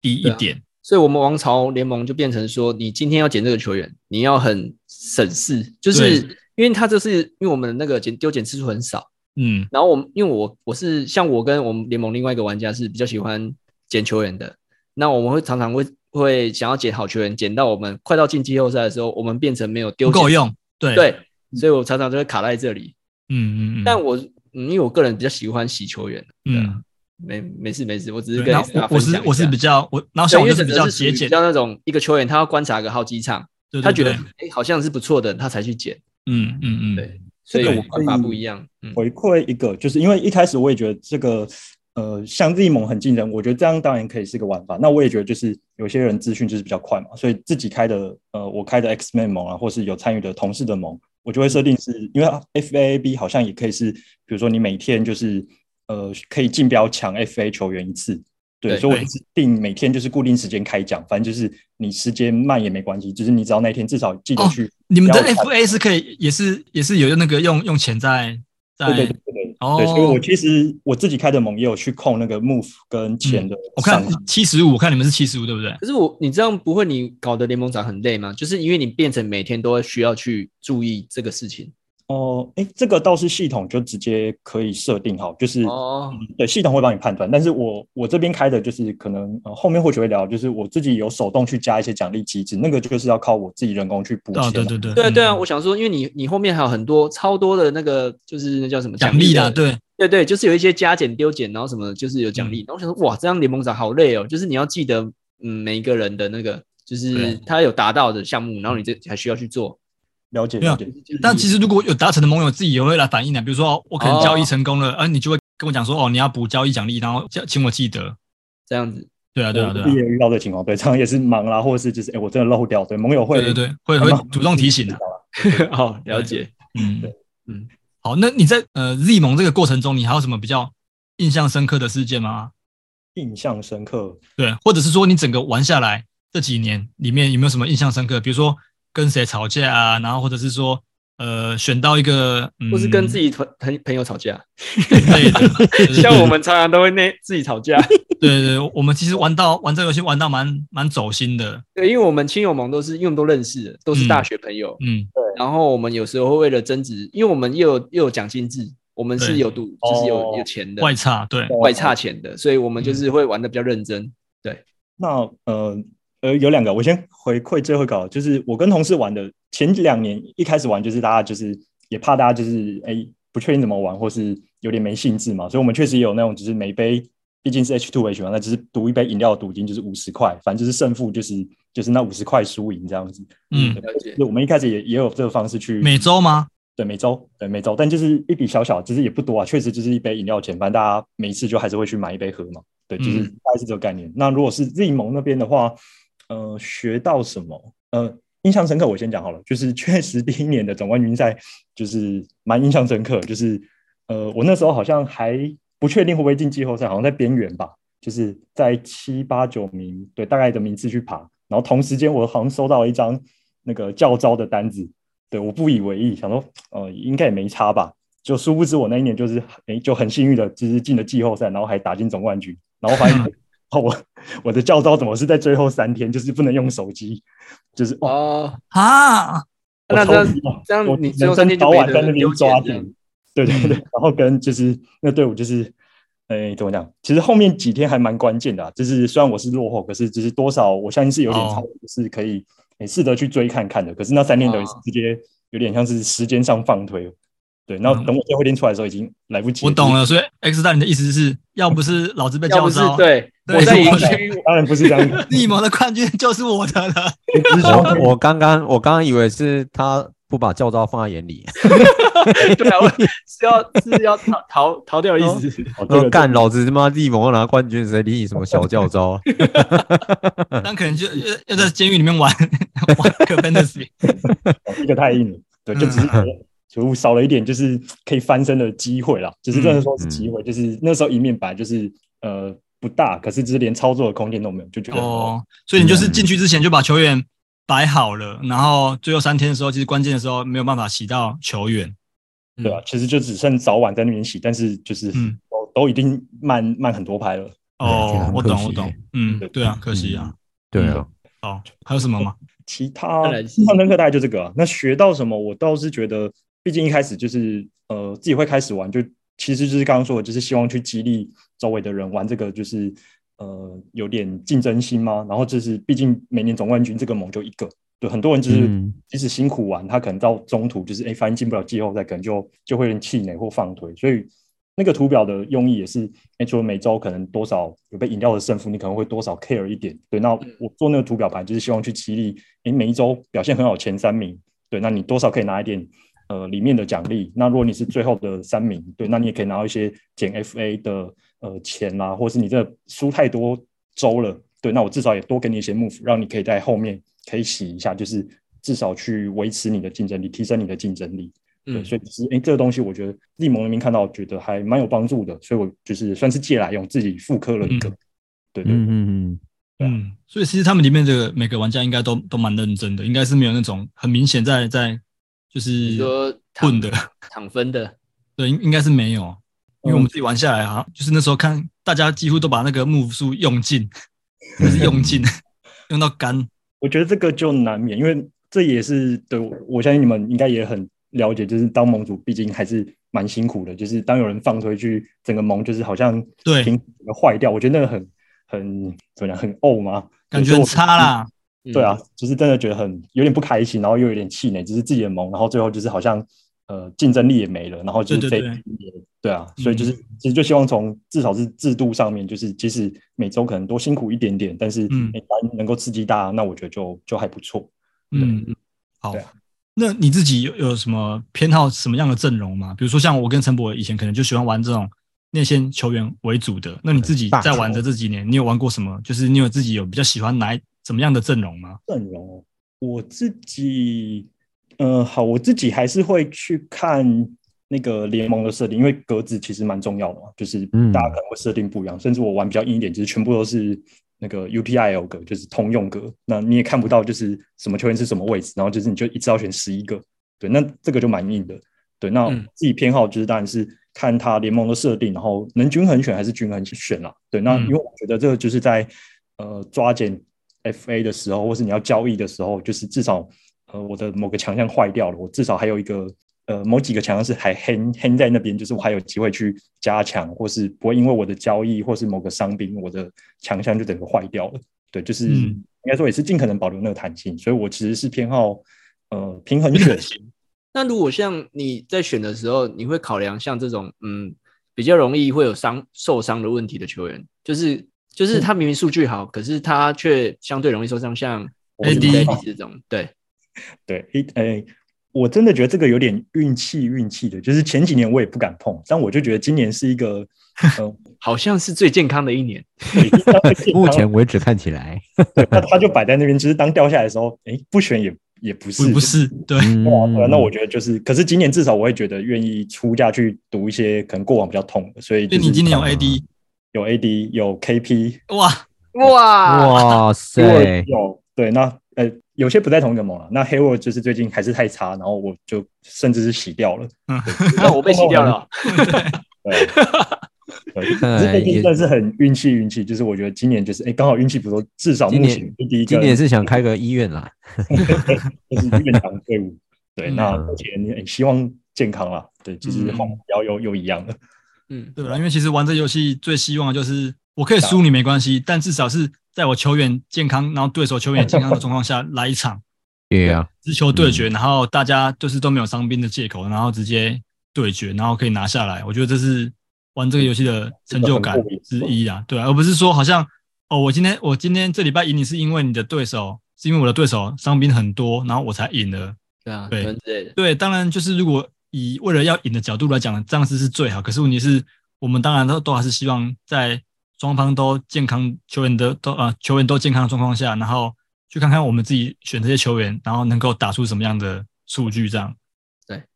D: 低一
C: 对啊
D: 点。
C: 所以我们王朝联盟就变成说，你今天要捡这个球员，你要很省事，就是
D: 对
C: 因为他这是因为我们的那个捡丢捡次数很少，
D: 嗯
C: 然后我们因为我我是像我跟我们联盟另外一个玩家是比较喜欢捡球员的，那我们会常常会会想要捡好球员，捡到我们快到进季后赛的时候，我们变成没有丢
D: 不够
C: 捡，
D: 用。对，
C: 对，所以我常常就会卡在这里。
D: 嗯嗯嗯。
C: 但我嗯，因为我个人比较喜欢洗球员，对啊
D: 嗯，
C: 没没事没事，我只是
D: 对
C: 跟
D: 然后
C: 大家
D: 我我
C: 分
D: 是
C: 享一下
D: 我是比较我，然后
C: 对
D: 像我
C: 因为
D: 就是比
C: 整
D: 较
C: 个是属于
D: 节
C: 比
D: 俭，
C: 较那种一个球员他要观察个好几场，
D: 对对
C: 他觉得
D: 对
C: 哎好像是不错的，他才去捡，
D: 嗯嗯嗯，
C: 对所以
D: 这个
C: 我
D: 我
C: 玩法不一样。嗯，
E: 回馈一个，就是因为一开始我也觉得这个呃，像自己猛很竞争，我觉得这样当然可以是个玩法。那我也觉得就是有些人资讯就是比较快嘛，所以自己开的呃，我开的 X Man 盟啊，或是有参与的同事的盟，我就会设定是因为 FAB 好像也可以是，比如说你每天就是呃可以竞标抢 FA 球员一次。对，
C: 对
E: 所以我
D: 对
E: 就是定每天就是固定时间开奖，反正就是你时间慢也没关系，就是你只要那天至少记得
D: 哦
E: 去。
D: 你们的
E: 不要看
D: FA 是可以，也是也是有那个用用钱在在
E: 对对对对对，
D: 哦
E: 对，所以我其实我自己开的盟也有去控那个 move 跟钱的
D: 嗯我
E: 上
D: 看
E: 涨、
D: 七十五，我看你们是七十五，对不对？
C: 可是我你这样不会你搞得联盟长很累吗？就是因为你变成每天都会需要去注意这个事情。
E: 哦，哎，这个倒是系统就直接可以设定好，就是、
C: 哦
E: 嗯对系统会帮你判断。但是我我这边开的就是可能、呃、后面或许会聊，就是我自己有手动去加一些奖励机制，那个就是要靠我自己人工去补钱、
D: 哦，对对对，
C: 对啊
D: 嗯
C: 对啊，我想说，因为你你后面还有很多超多的那个，就是那叫什么
D: 奖励啦，
C: 的，
D: 对，
C: 对对，就是有一些加减丢减，然后什么就是有奖励。
D: 嗯
C: 然后我想说，哇，这样联盟长好累哦，就是你要记得，嗯，每一个人的那个，就是
D: 对
C: 他有达到的项目，然后你这还需要去做。
E: 了解
D: 对啊
E: 了解。
C: 嗯
D: 但其实如果有达成的盟友，自己也会来反映的。比如说，哦我可能交易成功了，啊，你就会跟我讲说，哦，你要补交易奖励，然后叫请我记得。
C: 这样子， [LAUGHS]
D: 对啊，对
C: 哦
D: 啊，对
E: 我
D: 啊
E: 自己，也遇到这情况，对，常常也是忙啦，或者是就是哎，诶我真的漏掉，对，盟友会
D: 对对对，会会主动提醒的。
C: 哦，了解。
D: 嗯
E: 对，
C: 嗯
D: 嗯，好，那你在呃 Z 盟这个过程中，你还有什么比较印象深刻的事件吗？
E: 印象深刻。
D: 对，或者是说你整个玩下来这几年里面有没有什么印象深刻？比如说跟谁吵架啊，然后或者是说呃选到一个，嗯、
C: 或是跟自己朋朋朋友
D: [LAUGHS]
C: 吵架，
D: 之类
C: [LAUGHS]
D: 的，对对
C: 像我们常常都会那自己吵架， [LAUGHS]
D: 对对对，我们其实玩到玩这个游戏玩到蛮蛮走心的，
C: 对，因为我们亲友盟都是因为我们都认识的，都是大学朋友，
D: 嗯，
C: 然后我们有时候会为了争执，因为我们又有又有奖金制，我们是
D: 对
C: 有赌，就是有、
E: 哦
C: 有钱的
D: 外嗯差，对，
C: 外差钱的，所以我们就是会玩的比较认真。
E: 那呃呃，有两个，我先回馈最后一个好了，就是我跟同事玩的前两年一开始玩，就是大家就是也怕大家就是哎、不确定怎么玩，或是有点没兴致嘛，所以我们确实也有那种就是每杯毕竟是 H two H 嘛，那只是赌一杯饮料的赌金就是五十块，反正就是胜负就是就是那五十块输赢这样子。
D: 嗯
E: 对
C: 了解
E: 就是我们一开始也也有这个方式去
D: 每周吗？
C: 嗯
E: 对，每周对每周，但就是一笔小小，只是也不多啊，确实就是一杯饮料钱，反正大家每一次就还是会去买一杯喝嘛，对，就是
D: 嗯
E: 大概是这个概念。那如果是 Z 盟那边的话，呃，学到什么？呃，印象深刻，我先讲好了，就是确实第一年的总冠军赛就是蛮印象深刻，就是呃，我那时候好像还不确定会不会进季后赛，好像在边缘吧，就是在七八九名对大概的名次去爬，然后同时间我好像收到了一张那个教招的单子，对，我不以为意，想说呃应该也没差吧，就殊不知我那一年就是诶、就很幸运的，就是进了季后赛，然后还打进总冠军，然后发
C: [LAUGHS]
E: 现哦我我的教招怎么是在最后三天，就是不能用手机，就是哇，
C: 哦，
D: 啊，
E: 我
C: 那这样
E: 超级哦
C: 这样
E: 我
C: 你最后
E: 人生
C: 三天就
E: 早
C: 没
E: 晚
C: 得
E: 在那边
C: 丢
E: 抓
C: 钱这样
E: 紧，对对对，然后跟就是那队伍就是，哎，怎么讲？其实后面几天还蛮关键的、啊，就是虽然我是落后，可是就是多少我相信是有点
D: 哦
E: 超，就是可以诶试着去追看看的。可是那三天等于是
C: 哦
E: 直接有点像是时间上放推，对。然后等我最后一天出来的时候已经来不及，
D: 我懂
E: 了。
D: 了。所以 X 大你的意思是要不是老子被
C: 要不
D: 叫
C: 是
D: 招，
C: 对，
E: [LAUGHS]
D: 对
C: 我在营
D: 我
C: 区，
E: [LAUGHS]
C: [LAUGHS]
E: 当然不是这样子，
D: Z 盟的冠军就是 [LAUGHS] 我的了。
E: 只 [LAUGHS] 是说
B: 我我刚刚我刚刚以为是他不把教招放在眼里，
C: 对啊，我是要是要逃逃逃掉的意思。
E: 哦这
B: 说
E: 个
B: 呃干老子他妈力猛要拿冠军，谁理你什么小教
E: [LAUGHS]
B: 招？
D: 但可能就要要在监狱里面玩 [LAUGHS] 玩个
B: [LAUGHS]
D: fantasy。
E: 一个太硬了，对， [LAUGHS] 就只是觉
D: 嗯
E: 得球路少了一点，
D: 嗯
E: 就是可以翻身的机会啦。就是真的说是机会，就是那时候一面白，就是呃，不大，可是就是连操作的空间都没有，就觉得
D: 哦，所以你就是进去之前就把球员摆好了，然后最后三天的时候，其实关键的时候没有办法洗到球员，
E: 对吧、其实就只剩早晚在那边洗，但是就是都、
D: 嗯
E: 都已经慢慢很多拍了。
B: 对觉得
D: 哦
B: 很，
D: 我
B: 可
D: 懂，
B: 惜
D: 我懂
B: 耶，
D: 嗯
E: 对，
D: 对啊，可惜啊。
B: 对啊，
D: 哦，还有什么吗？
E: 其他
C: 当然是
E: 印象深刻大概就这个、啊。那学到什么，我倒是觉得，毕竟一开始就是呃自己会开始玩，就其实就是刚刚说的，就是希望去激励周围的人玩这个，就是呃有点竞争心嘛。然后就是毕竟每年总冠军这个盟就一个，对很多人就是
B: 嗯
E: 即使辛苦玩，他可能到中途就是哎、诶发现进不了季后赛，可能就就会有点气馁或放推，所以。那个图表的用意也是，哎，除了每周可能多少有被赢掉的胜负，你可能会多少 care 一点。对，那我做那个图表盘就是希望去激励，哎，每一周表现很好前三名，对，那你多少可以拿一点呃里面的奖励。那如果你是最后的三名，对，那你也可以拿到一些减 FA 的呃钱啦、或是你这输太多周了，对，那我至少也多给你一些 move，让你可以在后面可以洗一下，就是至少去维持你的竞争力，提升你的竞争力。对，
C: 嗯，
E: 所以就是哎、诶这个东西我觉得利盟人民看到觉得还蛮有帮助的，所以我就是算是借来用，自己复刻了一个。
D: 嗯
E: 对对
B: 嗯嗯
E: 对啊
D: 嗯，所以其实他们里面的每个玩家应该都都蛮认真的，应该是没有那种很明显在在就是
C: 你说躺
D: 混的，
C: 躺
E: [LAUGHS]
C: 分的，
D: 对，应应该是没有，因
E: 嗯
D: 为我们自己玩下来哈、就是那时候看大家几乎都把那个幕数用尽， [LAUGHS] 就是用尽， [LAUGHS] 用到干，
E: 我觉得这个就难免，因为这也是对我我相信你们应该也很了解，就是当盟主毕竟还是蛮辛苦的，就是当有人放出去，整个盟就是好像
D: 对
E: 停整个坏掉，我觉得那个很很怎么讲，很怄吗？
D: 感觉很差啦。
C: 嗯
E: 对啊，，就是真的觉得很有点不开心，然后又有点气馁，就是自己的盟，然后最后就是好像呃竞争力也没了，然后就是
D: 对
E: 这
D: 对嗯对
E: 也对啊，所以就是、其实就希望从至少是制度上面，就是即使每周可能多辛苦一点点，但是
D: 嗯
E: 诶反能够刺激大家，那我觉得就就还不错。
D: 嗯，好
E: 对啊。
D: 那你自己有有什么偏好什么样的阵容吗？比如说像我跟陈博以前可能就喜欢玩这种内线球员为主的。那你自己
B: 大
D: 在玩
B: 球
D: 的这几年，你有玩过什么？就是你有自己有比较喜欢哪一怎么样的阵容吗？
E: 阵容哦，我自己，呃，好，我自己还是会去看那个联盟的设定，因为格子其实蛮重要的嘛，就是
B: 嗯
E: 大家可能会设定不一样，甚至我玩比较硬一点，就是全部都是那个 UPIL 格，就是通用格，那你也看不到就是什么球员是什么位置，然后就是你就一次要选十一个，对，那这个就蛮硬的。对，那
C: 嗯
E: 自己偏好就是当然是看他联盟的设定，然后能均衡选还是均衡选啦。对，那
D: 嗯
E: 因为我觉得这个就是在呃抓减 FA 的时候，或是你要交易的时候，就是至少呃我的某个强项坏掉了，我至少还有一个呃某几个强项是还 hang hang 在那边，就是我还有机会去加强，或是不会因为我的交易或是某个伤兵，我的强项就整个坏掉了。对，就是、
D: 嗯
E: 应该说也是尽可能保留那个弹性，所以我其实是偏好呃平衡
D: 平衡
E: 选。
C: 那如果像你在选的时候，你会考量像这种嗯比较容易会有伤受伤的问题的球员，就是就是
E: 嗯
C: 他明明数据好，可是他却相对容易受伤，像
E: 我
D: AD
C: 是 Davis 这种，对，
E: 对，一诶，我真的觉得这个有点运气，运气的，就是前几年我也不敢碰，但我就觉得今年是一个，呃，
C: 好像是最健康的
E: [LAUGHS]
C: 一年，
E: 对相
D: [LAUGHS]
E: 对健
B: 嗯，目
E: 康
B: 前为止看起来，
E: 对那它就摆在那边，就是当掉下来的时候，诶，不选也也不
D: 不
E: 是，
D: 不是，对，
B: 嗯
E: 哇，对啊那我觉得就是，可是今年至少我会觉得愿意出价去赌一些可能过往比较痛的，所以
D: 所
E: 就
D: 以
E: 是
D: 你今年有
B: 嗯
D: AD，
E: 有 AD 有 KP
D: 哇，
C: 哇，
B: 哇
E: 因
B: 塞
E: 为，有对，那呃有些不在同一个盟了。那 Hayward 就是最近还是太差，然后我就甚至是洗掉了。
D: 嗯
E: 对，
C: 那我被洗掉了，哦
E: 对。对，可是
B: 哎
E: 最近
B: 也
E: 真的是很运气，运气就是我觉得今年就是哎，刚好运气不错，至少
B: 今
E: 目
B: 年
E: 前第一个
B: 今年是想开个医院啦，
E: 就是院长队伍。对，
D: 嗯
E: 那目前哎希望健康啦。对，其实
D: 嗯
E: 后摇又又一样了。
C: 嗯，
D: 对了，因为其实玩这游戏最希望的就是我可以输你没关系，但至少是在我球员健康，然后对手球员也健康的状况下来一场
B: 对呀，
D: 直球对决，然后大家就是都没有伤兵的借口，然后直接对决，然后可以拿下来。我觉得这是玩这个游戏的成就感之一啊，对啊，而不是说好像哦，我今天我今天这礼拜赢你是因为你的对手，是因为我的对手伤兵很多，然后我才赢了。
C: 对啊，
D: 对
C: 等等之类的，
D: 对，当然就是如果以为了要赢的角度来讲，这样子是最好。可是问题是我们当然都都还是希望在双方都健康，球员的都呃球员都健康的状况下，然后去看看我们自己选这些球员，然后能够打出什么样的数据，这样。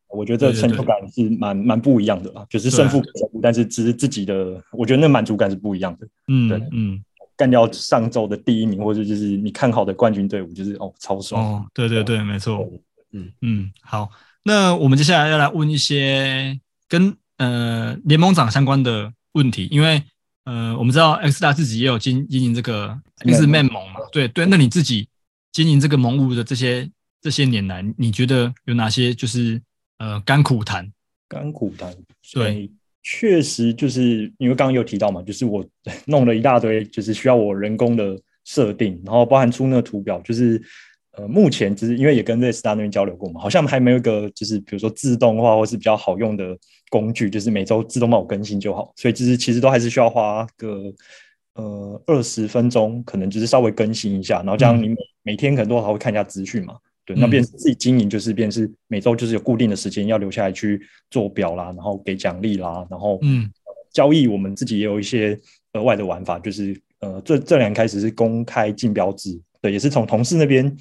E: 我觉得
D: 对
E: 这
D: 对
E: 成就
D: 对
E: 感是蛮蛮不一样的啦，就是
D: 对
E: 胜
D: 啊
E: 负不胜负，但是只是自己的，我觉得那满足感是不一样的。
D: 嗯
E: 对
D: 嗯，
E: 干掉上周的第一名，或者就是你看好的冠军队伍，就是哦超爽。
D: 哦，对对对，没错，
C: 嗯
D: 嗯，好，那我们接下来要来问一些跟呃联盟长相关的问题，因为呃我们知道 X 大自己也有经经营这个 X
E: 联
D: 面盟嘛，对对，那你自己经营这个盟务的这些这些年来，你觉得有哪些就是呃甘苦谈？
E: 甘苦谈，
D: 对
E: 哎，确实就是因为刚刚有提到嘛，就是我 [LAUGHS] 弄了一大堆，就是需要我人工的设定，然后包含出那个图表，就是呃，目前就是因为也跟 r e s 那边交流过嘛，好像还没有一个就是比如说自动化或是比较好用的工具，就是每周自动帮我更新就好，所以就是其实都还是需要花个。呃，二十分钟可能就是稍微更新一下，然后这样你每、每天可能都还会看一下资讯嘛，对，那
D: 嗯
E: 变成自己经营就是变成是每周就是有固定的时间要留下来去做表啦，然后给奖励啦，然后
D: 嗯
E: 交易我们自己也有一些额外的玩法，就是呃这这两开始是公开竞标制，对，也是从同事那边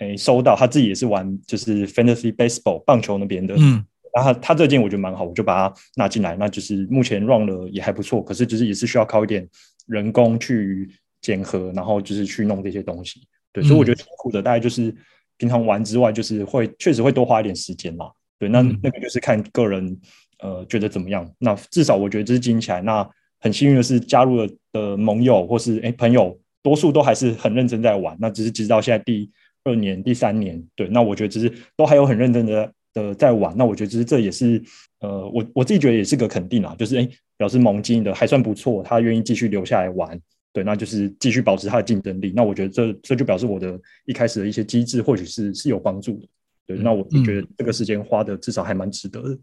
E: 诶、收到，他自己也是玩就是 fantasy baseball 棒球那边的，
D: 嗯
E: 然啊后他他这件我觉得蛮好，我就把它纳进来。那就是目前 run 了也还不错，可是就是也是需要靠一点人工去检核，然后就是去弄这些东西。对，
D: 嗯
E: 所以我觉得辛苦的大概就是平常玩之外，就是会确实会多花一点时间啦。对，那
D: 嗯
E: 那个就是看个人呃觉得怎么样。那至少我觉得这是经营起来，那很幸运的是加入了的盟友或是哎朋友，多数都还是很认真在玩。那只是直到现在第二年、第三年，对，那我觉得只是都还有很认真的的在玩。那我觉得其实这也是呃，我我自己觉得也是个肯定啦，就是哎，表示盟经营的还算不错，他愿意继续留下来玩。对，那就是继续保持他的竞争力。那我觉得这这就表示我的一开始的一些机制或许是是有帮助的。对，那我就觉得这个时间花的至少还蛮值得的。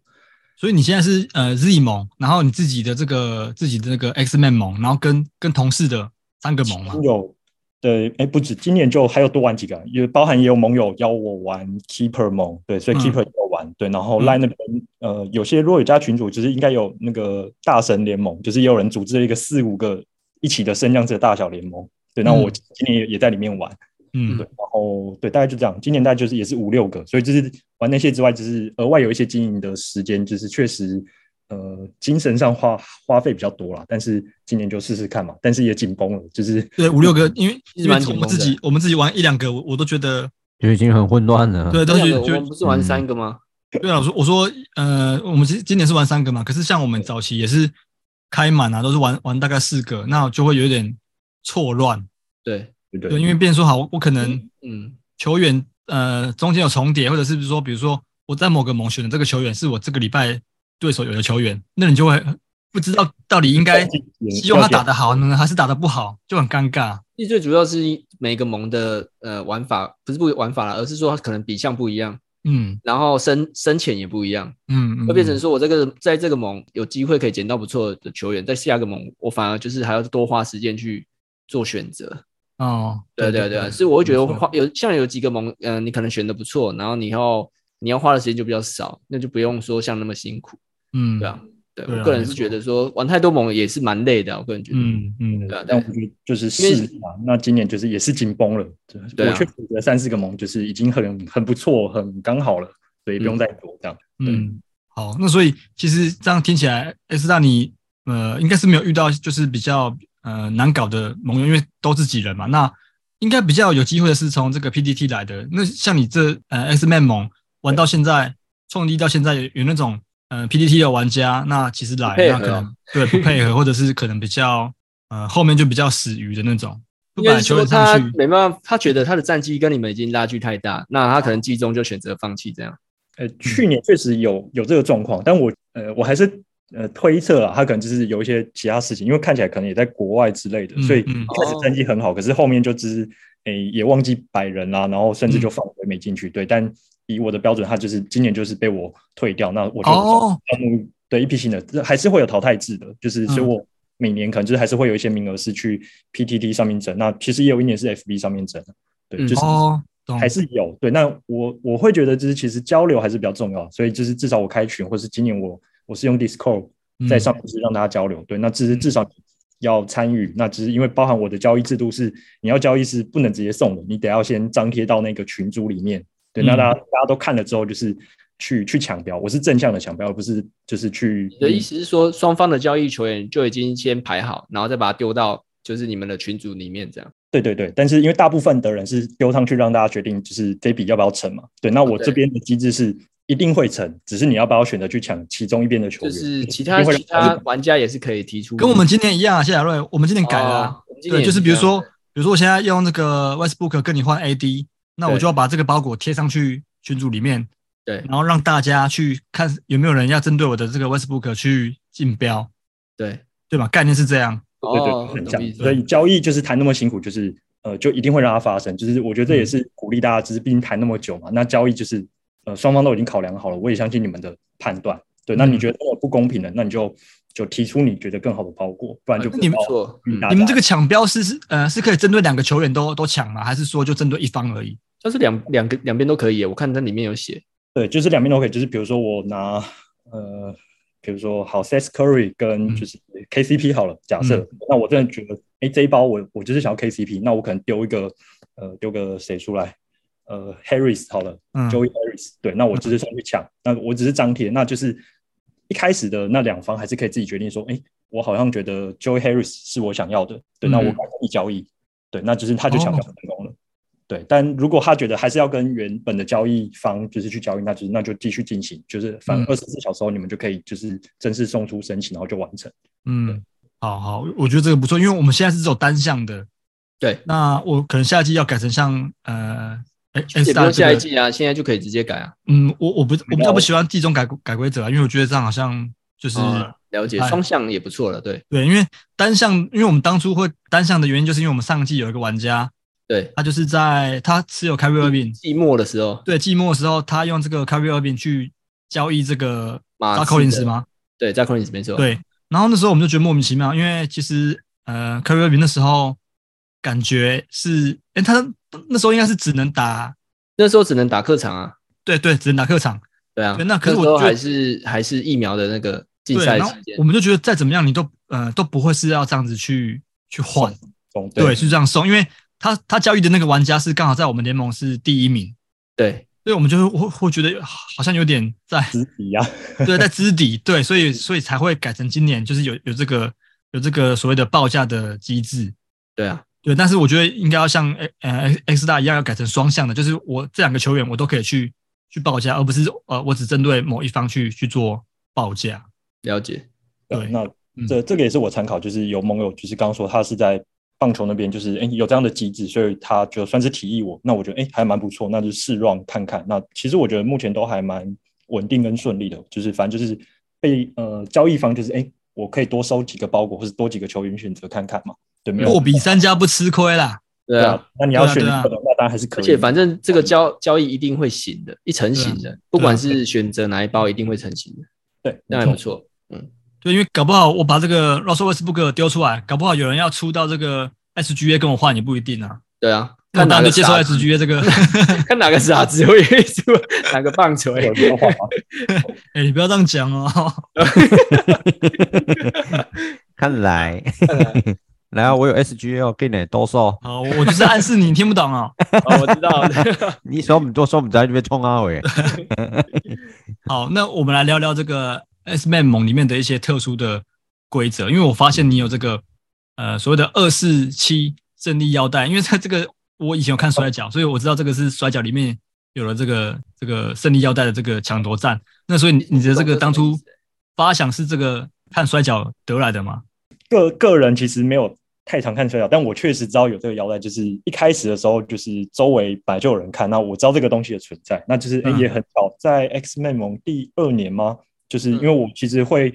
D: 所以你现在是呃 Z 盟，然后你自己的这个自己的那个 X Man 盟，然后跟跟同事的三个盟嘛，
E: 有对，哎，不止今年就还有多玩几个，也包含也有盟友邀我玩 Keeper 盟，对，所以
D: 嗯
E: Keeper 也有玩，对，然后
D: 嗯
E: Line 那边、呃，有些如果有加群主，就是应该有那个大神联盟，就是也有人组织了一个四五个一起的升降者大小联盟，对，那我
D: 嗯
E: 今年也也在里面玩，
D: 嗯
E: 对，然后对，大概就这样。今年大概就是也是五六个，所以就是玩那些之外，就是额外有一些经营的时间，就是确实呃精神上花花费比较多啦。但是今年就试试看嘛，但是也紧绷了，就是
D: 对，五六个，因为
C: 其
D: 因
C: 实
D: 为
C: 蛮紧
D: 我
C: 绷的
D: 们自己我们自己玩一两个，我我都觉得
B: 就已经很混乱了。
D: 对，但
C: 这
D: 是
C: 嗯两个我
D: 就
C: 们不是
E: 嗯
C: 玩三个吗？
D: 对啊，我说我说呃，我们今今年是玩三个嘛，可是像我们早期也是开满啊，都是玩玩大概四个，那就会有点错乱，
C: 对，
E: 对不
D: 对，
E: 对？
D: 因为变成说好，我我可能
C: 嗯，
D: 球员呃中间有重叠，或者是说比如说我在某个盟选的这个球员是我这个礼拜对手有的球员，那你就会不知道到底应该希望他打得好呢，还是打得不好，就很尴尬。
C: 其实最主要是每个盟的呃玩法不是不玩法了，而是说它可能比项不一样，
D: 嗯
C: 然后深深浅也不一样，
D: 嗯，嗯
C: 会变成说我这个在这个盟有机会可以捡到不错的球员，在下个盟我反而就是还要多花时间去做选择。
D: 哦，
C: 对啊对对，所以我会觉得
D: 没错
C: 花有像有几个盟，嗯、你可能选的不错，然后你要你要花的时间就比较少，那就不用说像那么辛苦，
D: 嗯
C: 对啊，对
D: 对啊
C: 我个人是觉得说玩太多盟也是蛮累的，我个人觉得，
D: 嗯嗯
C: 对啊，
E: 但
C: 对
E: 我觉得就是试嘛，那今年就是也是紧绷了。
C: 对啊
E: 我确实觉得三四个盟就是已经很很不错，很刚好了，所以不用再多这样。
D: 嗯，好，那所以其实这样听起来，S 大你呃应该是没有遇到就是比较呃难搞的盟友，因为都自己人嘛。那应该比较有机会的是从这个 PDT 来的。那像你这呃 X Man 盟玩到现在，创立到现在有有那种呃 PDT 的玩家，那其实来
C: 不配合
D: 那可能对不配合，或者是可能比较呃后面就比较死鱼的那种，不
C: 应该
D: 把
C: 是
D: 球
C: 说
D: 员上
C: 他
D: 去。
C: 没办法，他觉得他的战绩跟你们已经拉距太大，那他可能季中就选择放弃这样。
E: 呃，
D: 嗯
E: 去年确实有有这个状况，但我呃我还是呃推测啊，他可能就是有一些其他事情，因为看起来可能也在国外之类的，
D: 嗯
E: 所以一
D: 嗯
E: 开始战绩很好，可是后面就只是诶、也忘记摆人啦、然后甚
D: 嗯
E: 至就放回没进去。对，但以我的标准，他就是今年就是被我退掉，那我就
D: 哦
E: 招募对一批新的，这还是会有淘汰制的，就是所以
D: 嗯
E: 我。每年可能就是还是会有一些名额是去 PTT 上面争，那其实也有一年是 FB 上面争，对，
C: 嗯
E: 就是
D: 哦，懂
E: 还是有对。那我我会觉得就是其实交流还是比较重要，所以就是至少我开群，或是今年我我是用 Discord
D: 嗯
E: 在上面就是让大家交流。对，那
C: 嗯
E: 只是至少要参与，那只是因为包含我的交易制度是你要交易是不能直接送的，你得要先张贴到那个群组里面。对，那
D: 嗯
E: 大家、大家都看了之后，就是去去抢标，我是正向的抢标，而不是就是去
C: 你的
D: 嗯
C: 意思是说，双方的交易球员就已经先排好，然后再把它丢到就是你们的群组里面这样。
E: 对对对，但是因为大部分的人是丢上去让大家决定，就是这笔要不要成嘛。对，那我
C: 哦对
E: 这边的机制是一定会成，只是你要不要选择去抢其中一边的球
C: 就
E: 员，
C: 是其
E: 一
C: 他
E: 定会让
C: 其他
E: 大家
C: 玩家也是可以提出，
D: 跟我们今年一样啊，谢亚瑞，我们今年改了啊、
C: 哦我们今年
D: 对，
C: 也
D: 就是比如说，
C: 这样
D: 比如说我现在用那个 Westbrook 跟你换 AD，那我
C: 对
D: 就要把这个包裹贴上去群组里面，
C: 对
D: 然后让大家去看有没有人要针对我的这个 Westbrook 去竞标，
C: 对，
D: 对吧？概念是这样，
E: 对对
C: 哦
E: 对，很
C: 懂意
E: 像。
C: 思
E: 所以交易就是谈那么辛苦，就是呃，就一定会让它发生。就是我觉得这
C: 嗯
E: 也是鼓励大家，只是毕竟谈那么久嘛，那交易就是呃，双方都已经考量好了，我也相信你们的判断。对，那
D: 嗯
E: 你觉得真的不公平的，那你就就提出你觉得更好的包裹，不然就
C: 啊
E: 不
D: 你们
E: 要
C: 错
E: 鼓励大
D: 你们这
E: 家
D: 个抢标是是呃是可以针对两个球员都都抢吗？还是说就针对一方而已？
C: 就是两两个两边都可以耶，我看它里面有写，
E: 对，就是两边都可以，就是比如说我拿呃，比如说好 s e s Curry 跟
D: 嗯
E: 就是 KCP 好了，假设、
C: 嗯
E: 那我真的觉得，哎，这一包我我就是想要 KCP，那我可能丢一个呃丢个谁出来，呃 Harris 好了、
D: 嗯
E: j o e y Harris，对，那我就是上去抢，那我只是张贴，那就是一开始的那两方还是可以自己决定说，哎，我好像觉得 Joey Harris 是我想要的，对，那我
C: 嗯
E: 改成一交易，对，那就是他就抢
D: 哦
E: 到成功了。对，但如果他觉得还是要跟原本的交易方就是去交易，那就是那就继续进行，就是反
D: 嗯
E: 二十四小时后你们就可以就是正式送出申请，然后就完成。
D: 嗯，好好，我觉得这个不错，因为我们现在是只有单项的，
C: 对，
D: 那我可能下一季要改成像呃。也
C: 也不用下一季啊，现在就可以直接改啊。
D: 嗯，我我不我比较
E: 有
D: 不喜欢季中改改规则啊，因为我觉得这样好像就是、
C: 嗯了解，
D: 哎
C: 双向也不错了，对
D: 对，因为单项，因为我们当初会单项的原因，就是因为我们上季有一个玩家，
C: 对。
D: 他就是在他持有
C: 嗯
D: Kyrie Irving，
C: 季末的时候，
D: 对，季末的时候他用这个 Kyrie Irving 去交易这个
C: 马刺
D: 扎
C: 的
D: 克林斯吗？
C: 对，在 c o l i n s 没错，，
D: 对，然后那时候我们就觉得莫名其妙，因为其实呃 Kyrie Irving 那时候感觉是，哎，他那时候应该是只能打，
C: 那时候只能打客场啊，
D: 对对，只能打客场，
C: 对啊，
D: 对那可是
C: 时
D: 我
C: 候
D: 觉得
C: 还是还是疫苗的那个竞
D: 对，
C: 赛
D: 然后
C: 期间
D: 我，们就觉得再怎么样你都呃都不会是要这样子去去换。
E: 懂
D: 对，是这样送，因为他他交易的那个玩家是刚好在我们联盟是第一名，
C: 对，
D: 所以我们就会会会觉得好像有点在
E: 知己呀，
D: 对在知底，对，所以所以才会改成今年就是有有这个有这个所谓的报价的机制，
C: 对啊，
D: 对，但是我觉得应该要像呃呃 X 大一样要改成双向的，就是我这两个球员我都可以去去报价，而不是呃我只针对某一方去去做报价，
C: 了解，
D: 对
E: 那
D: 嗯
E: 这这个也是我参考，就是有盟友就是刚刚说他是在棒球那边，就是哎有这样的机制，所以他就算是提议我，那我觉得哎还蛮不错，那就试 run 看看。那其实我觉得目前都还蛮稳定跟顺利的，就是反正就是被呃交易方就是哎我可以多收几个包裹或是多几个球员选择看看嘛，对没有
D: 货比三家不吃亏啦，
C: 对啊，，
E: 那你要选一
D: 对啊
E: 个
D: 对
E: 的，那当然还是可
C: 而
E: 以。
C: 且反正这个交交易一定会行的，一成型的，不管
D: 对啊
C: 是选择哪一包，一定会成型的，
E: 对，
C: 那还不错。
D: 对，因为搞不好我把这个 Russell Westbrook 丢出来，搞不好有人要出到这个 SGA 跟我换也不一定啊。
C: 对啊，
D: 那我当
C: 看哪
D: 然
C: 个
D: 就接受
C: 傻子，
D: SGA 这个。 [LAUGHS]
C: [LAUGHS] 看哪个傻子会愿意出 [LAUGHS] 哪个棒球。
E: 有有话吗？
D: 哎、你不要这样讲
C: [LAUGHS]
D: 哦。
B: 看来， [LAUGHS] 来啊，我有 SGL 给你兜售，
D: 好，我就是暗示你听不懂哦。
C: 哦，我知道了，
B: 你手唔多，手唔在这边冲啊喂，
D: 好，那我们来聊聊这个 S Man 盟里面的一些特殊的规则，因为我发现你有这个呃所谓的二四七胜利腰带，因为它这个 [LAUGHS] 我以前有看摔跤，所以我知道这个是摔跤里面有了这个这个胜利腰带的这个抢夺战。那所以你你的这个当初发想是这个看摔跤得来的吗？
E: 个个人其实没有太常看摔跤，但我确实知道有这个腰带，就是一开始的时候，就是周围本来就有人看，那我知道这个东西的存在，那就是、诶
D: 嗯
E: 也很巧，在 X Men 盟第二年吗？就是因为我其实会，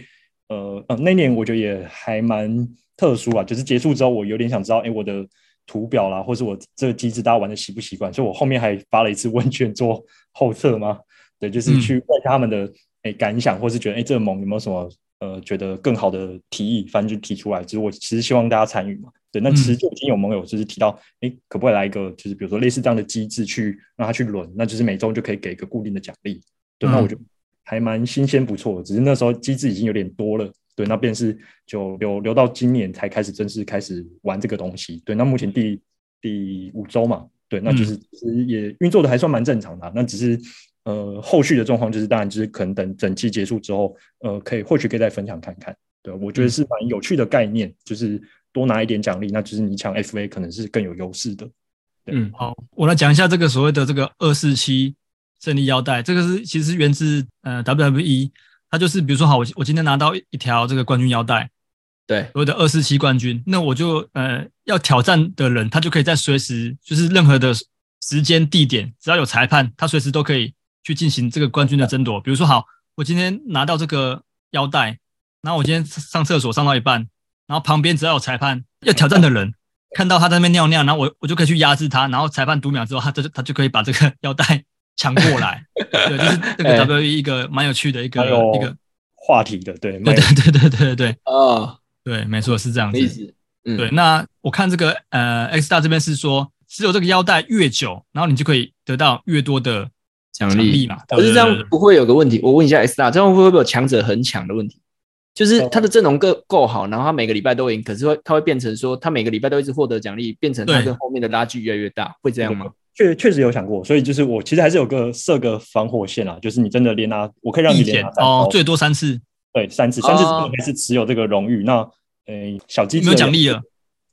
E: 呃呃，那年我觉得也还蛮特殊啊，就是结束之后，我有点想知道，哎、我的图表啦，或是我这个机制大家玩的习不习惯，所以我后面还发了一次问卷做后测嘛，对，
D: 嗯
E: 就是去问一下他们的哎、诶感想，或是觉得哎、诶这个盟有没有什么呃觉得更好的提议，反正就提出来。就是我其实希望大家参与嘛，对。那
D: 嗯
E: 其实就已经有盟友就是提到，哎、可不可以来一个就是比如说类似这样的机制去让他去轮，那就是每周就可以给一个固定的奖励。对，
D: 嗯
E: 那我觉得还蛮新鲜不错的，只是那时候机制已经有点多了。对，那便是就留留到今年才开始正式开始玩这个东西。对，那目前第第五周嘛，对，那就是其实也运作的还算蛮正常的啊、那只是呃后续的状况就是，当然就是可能等整期结束之后，呃，可以或许可以再分享看看。对，我觉得是蛮有趣的概念，就是多拿一点奖励，那就是你抢 FA 可能是更有优势的。
D: 嗯，好，我来讲一下这个所谓的这个二四七胜利腰带，这个是其实源自呃 WWE，它就是比如说好，我我今天拿到一一条这个冠军腰带，
C: 对，
D: 所谓的二四七冠军，那我就呃要挑战的人，他就可以在随时就是任何的时间地点，只要有裁判，他随时都可以去进行这个冠军的争夺。比如说，好，我今天拿到这个腰带，然后我今天上厕所上到一半，然后旁边只要有裁判要挑战的人，看到他在那边尿尿，然后我我就可以去压制他，然后裁判读秒之后，他就他就可以把这个腰带 [LAUGHS] 抢过来。对，就是这
C: 哎
D: 个 WWE 一个蛮有趣的一个
E: 还有
D: 一个，
E: 话题的，对，
D: 对
E: 蛮有
D: 对对对对对对
C: 哦，
D: 对，没错是这样
C: 有意
D: 子。
C: 思，嗯，
D: 对，，那我看这个呃，X 大这边是说，持有这个腰带越久，然后你就可以得到越多的
C: 奖
D: 奖
C: 励
D: 励嘛。
C: 可是这
D: 哦对对
C: 样
D: 对
C: 不会有个问题，我问一下 S 大，这样会不会有强者很强的问题？
D: 哦
C: 就是他的阵容够够好，然后他每个礼拜都赢，可是会他会变成说他每个礼拜都一直获得奖励，变成他
D: 对
C: 跟后面的拉距越来越大，会这样吗？
E: 确确实有想过，所以就是我其实还是有个设个防火线啦，就是你真的连拿，我可以让你
D: 一
E: 连
D: 点
E: 拿三
D: 哦
E: 包，
D: 最多三次，
E: 对三次，三次之
C: 哦
E: 后还是持有这个荣誉。那呃，小鸡
D: 没有奖励哦了，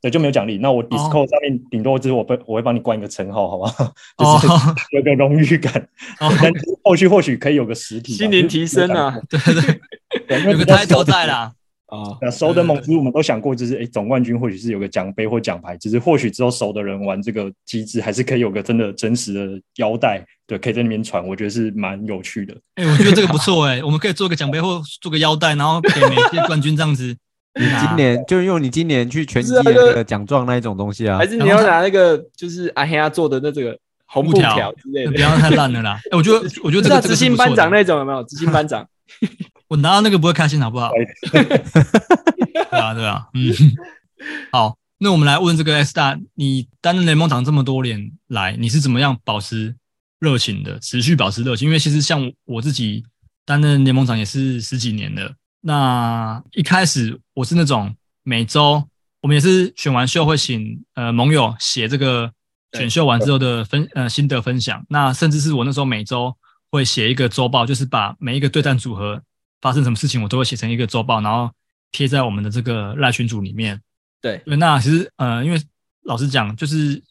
E: 对，就没有奖励。那我 Discord 上面顶多就是我会我会帮你冠一个称号，好不好？
D: 哦
E: 就是
C: [LAUGHS]
E: 有个荣誉感，
D: 哦，
E: 但是后续或许可以有个实体啊
C: 心灵提升，啊，
D: 对对
E: 对，因
D: 对，
E: 为
D: 有
E: 比
D: 个
E: 较
D: title 在
C: [LAUGHS]
D: 啦。
C: 哦，
E: 那熟的猛其实我们都想过，就是诶，总冠军或许是有个奖杯或奖牌，只是或许只有熟的人玩这个机制，还是可以有个真的真实的腰带，对，可以在那边传，我觉得是蛮有趣的。
D: 哎，我觉得这个不错哎，我们可以做个奖杯或做个腰带，然后给每届冠军这样
C: [LAUGHS]
D: 子
B: 你
D: 拿。
B: 今年就用你今年去拳击
C: 是啊
B: 的
C: 就
B: 那个奖状那一种东西啊
C: 还，是你要拿那个就是阿黑亚做的那这个红布
D: 布条
C: 条之类
D: 那
C: 的
D: 不，要太烂了啦！哎，我觉得我觉得这
C: 不是啊
D: 个这
C: 执
D: 个是
C: 行
D: 不错
C: 班长
D: 的，
C: 那种有没有？执行班长，
D: 我拿到那个不会开心好不好？ [LAUGHS] 对啊，对啊，嗯，好，那我们来问这个 S 大，你担任联盟长这么多年来，你是怎么样保持热情的，持续保持热情？因为其实像我自己担任联盟长也是十几年了，那一开始我是那种每周我们也是选完秀会请呃盟友写这个选秀完之后的分呃心得分享，那甚至是我那时候每周会写一个周报，就是把每一个对战组合发生什么事情，我都会写成一个周报，然后贴在我们的这个赖群组里面。
C: 对
D: 对，那其实呃，因为老实讲，就是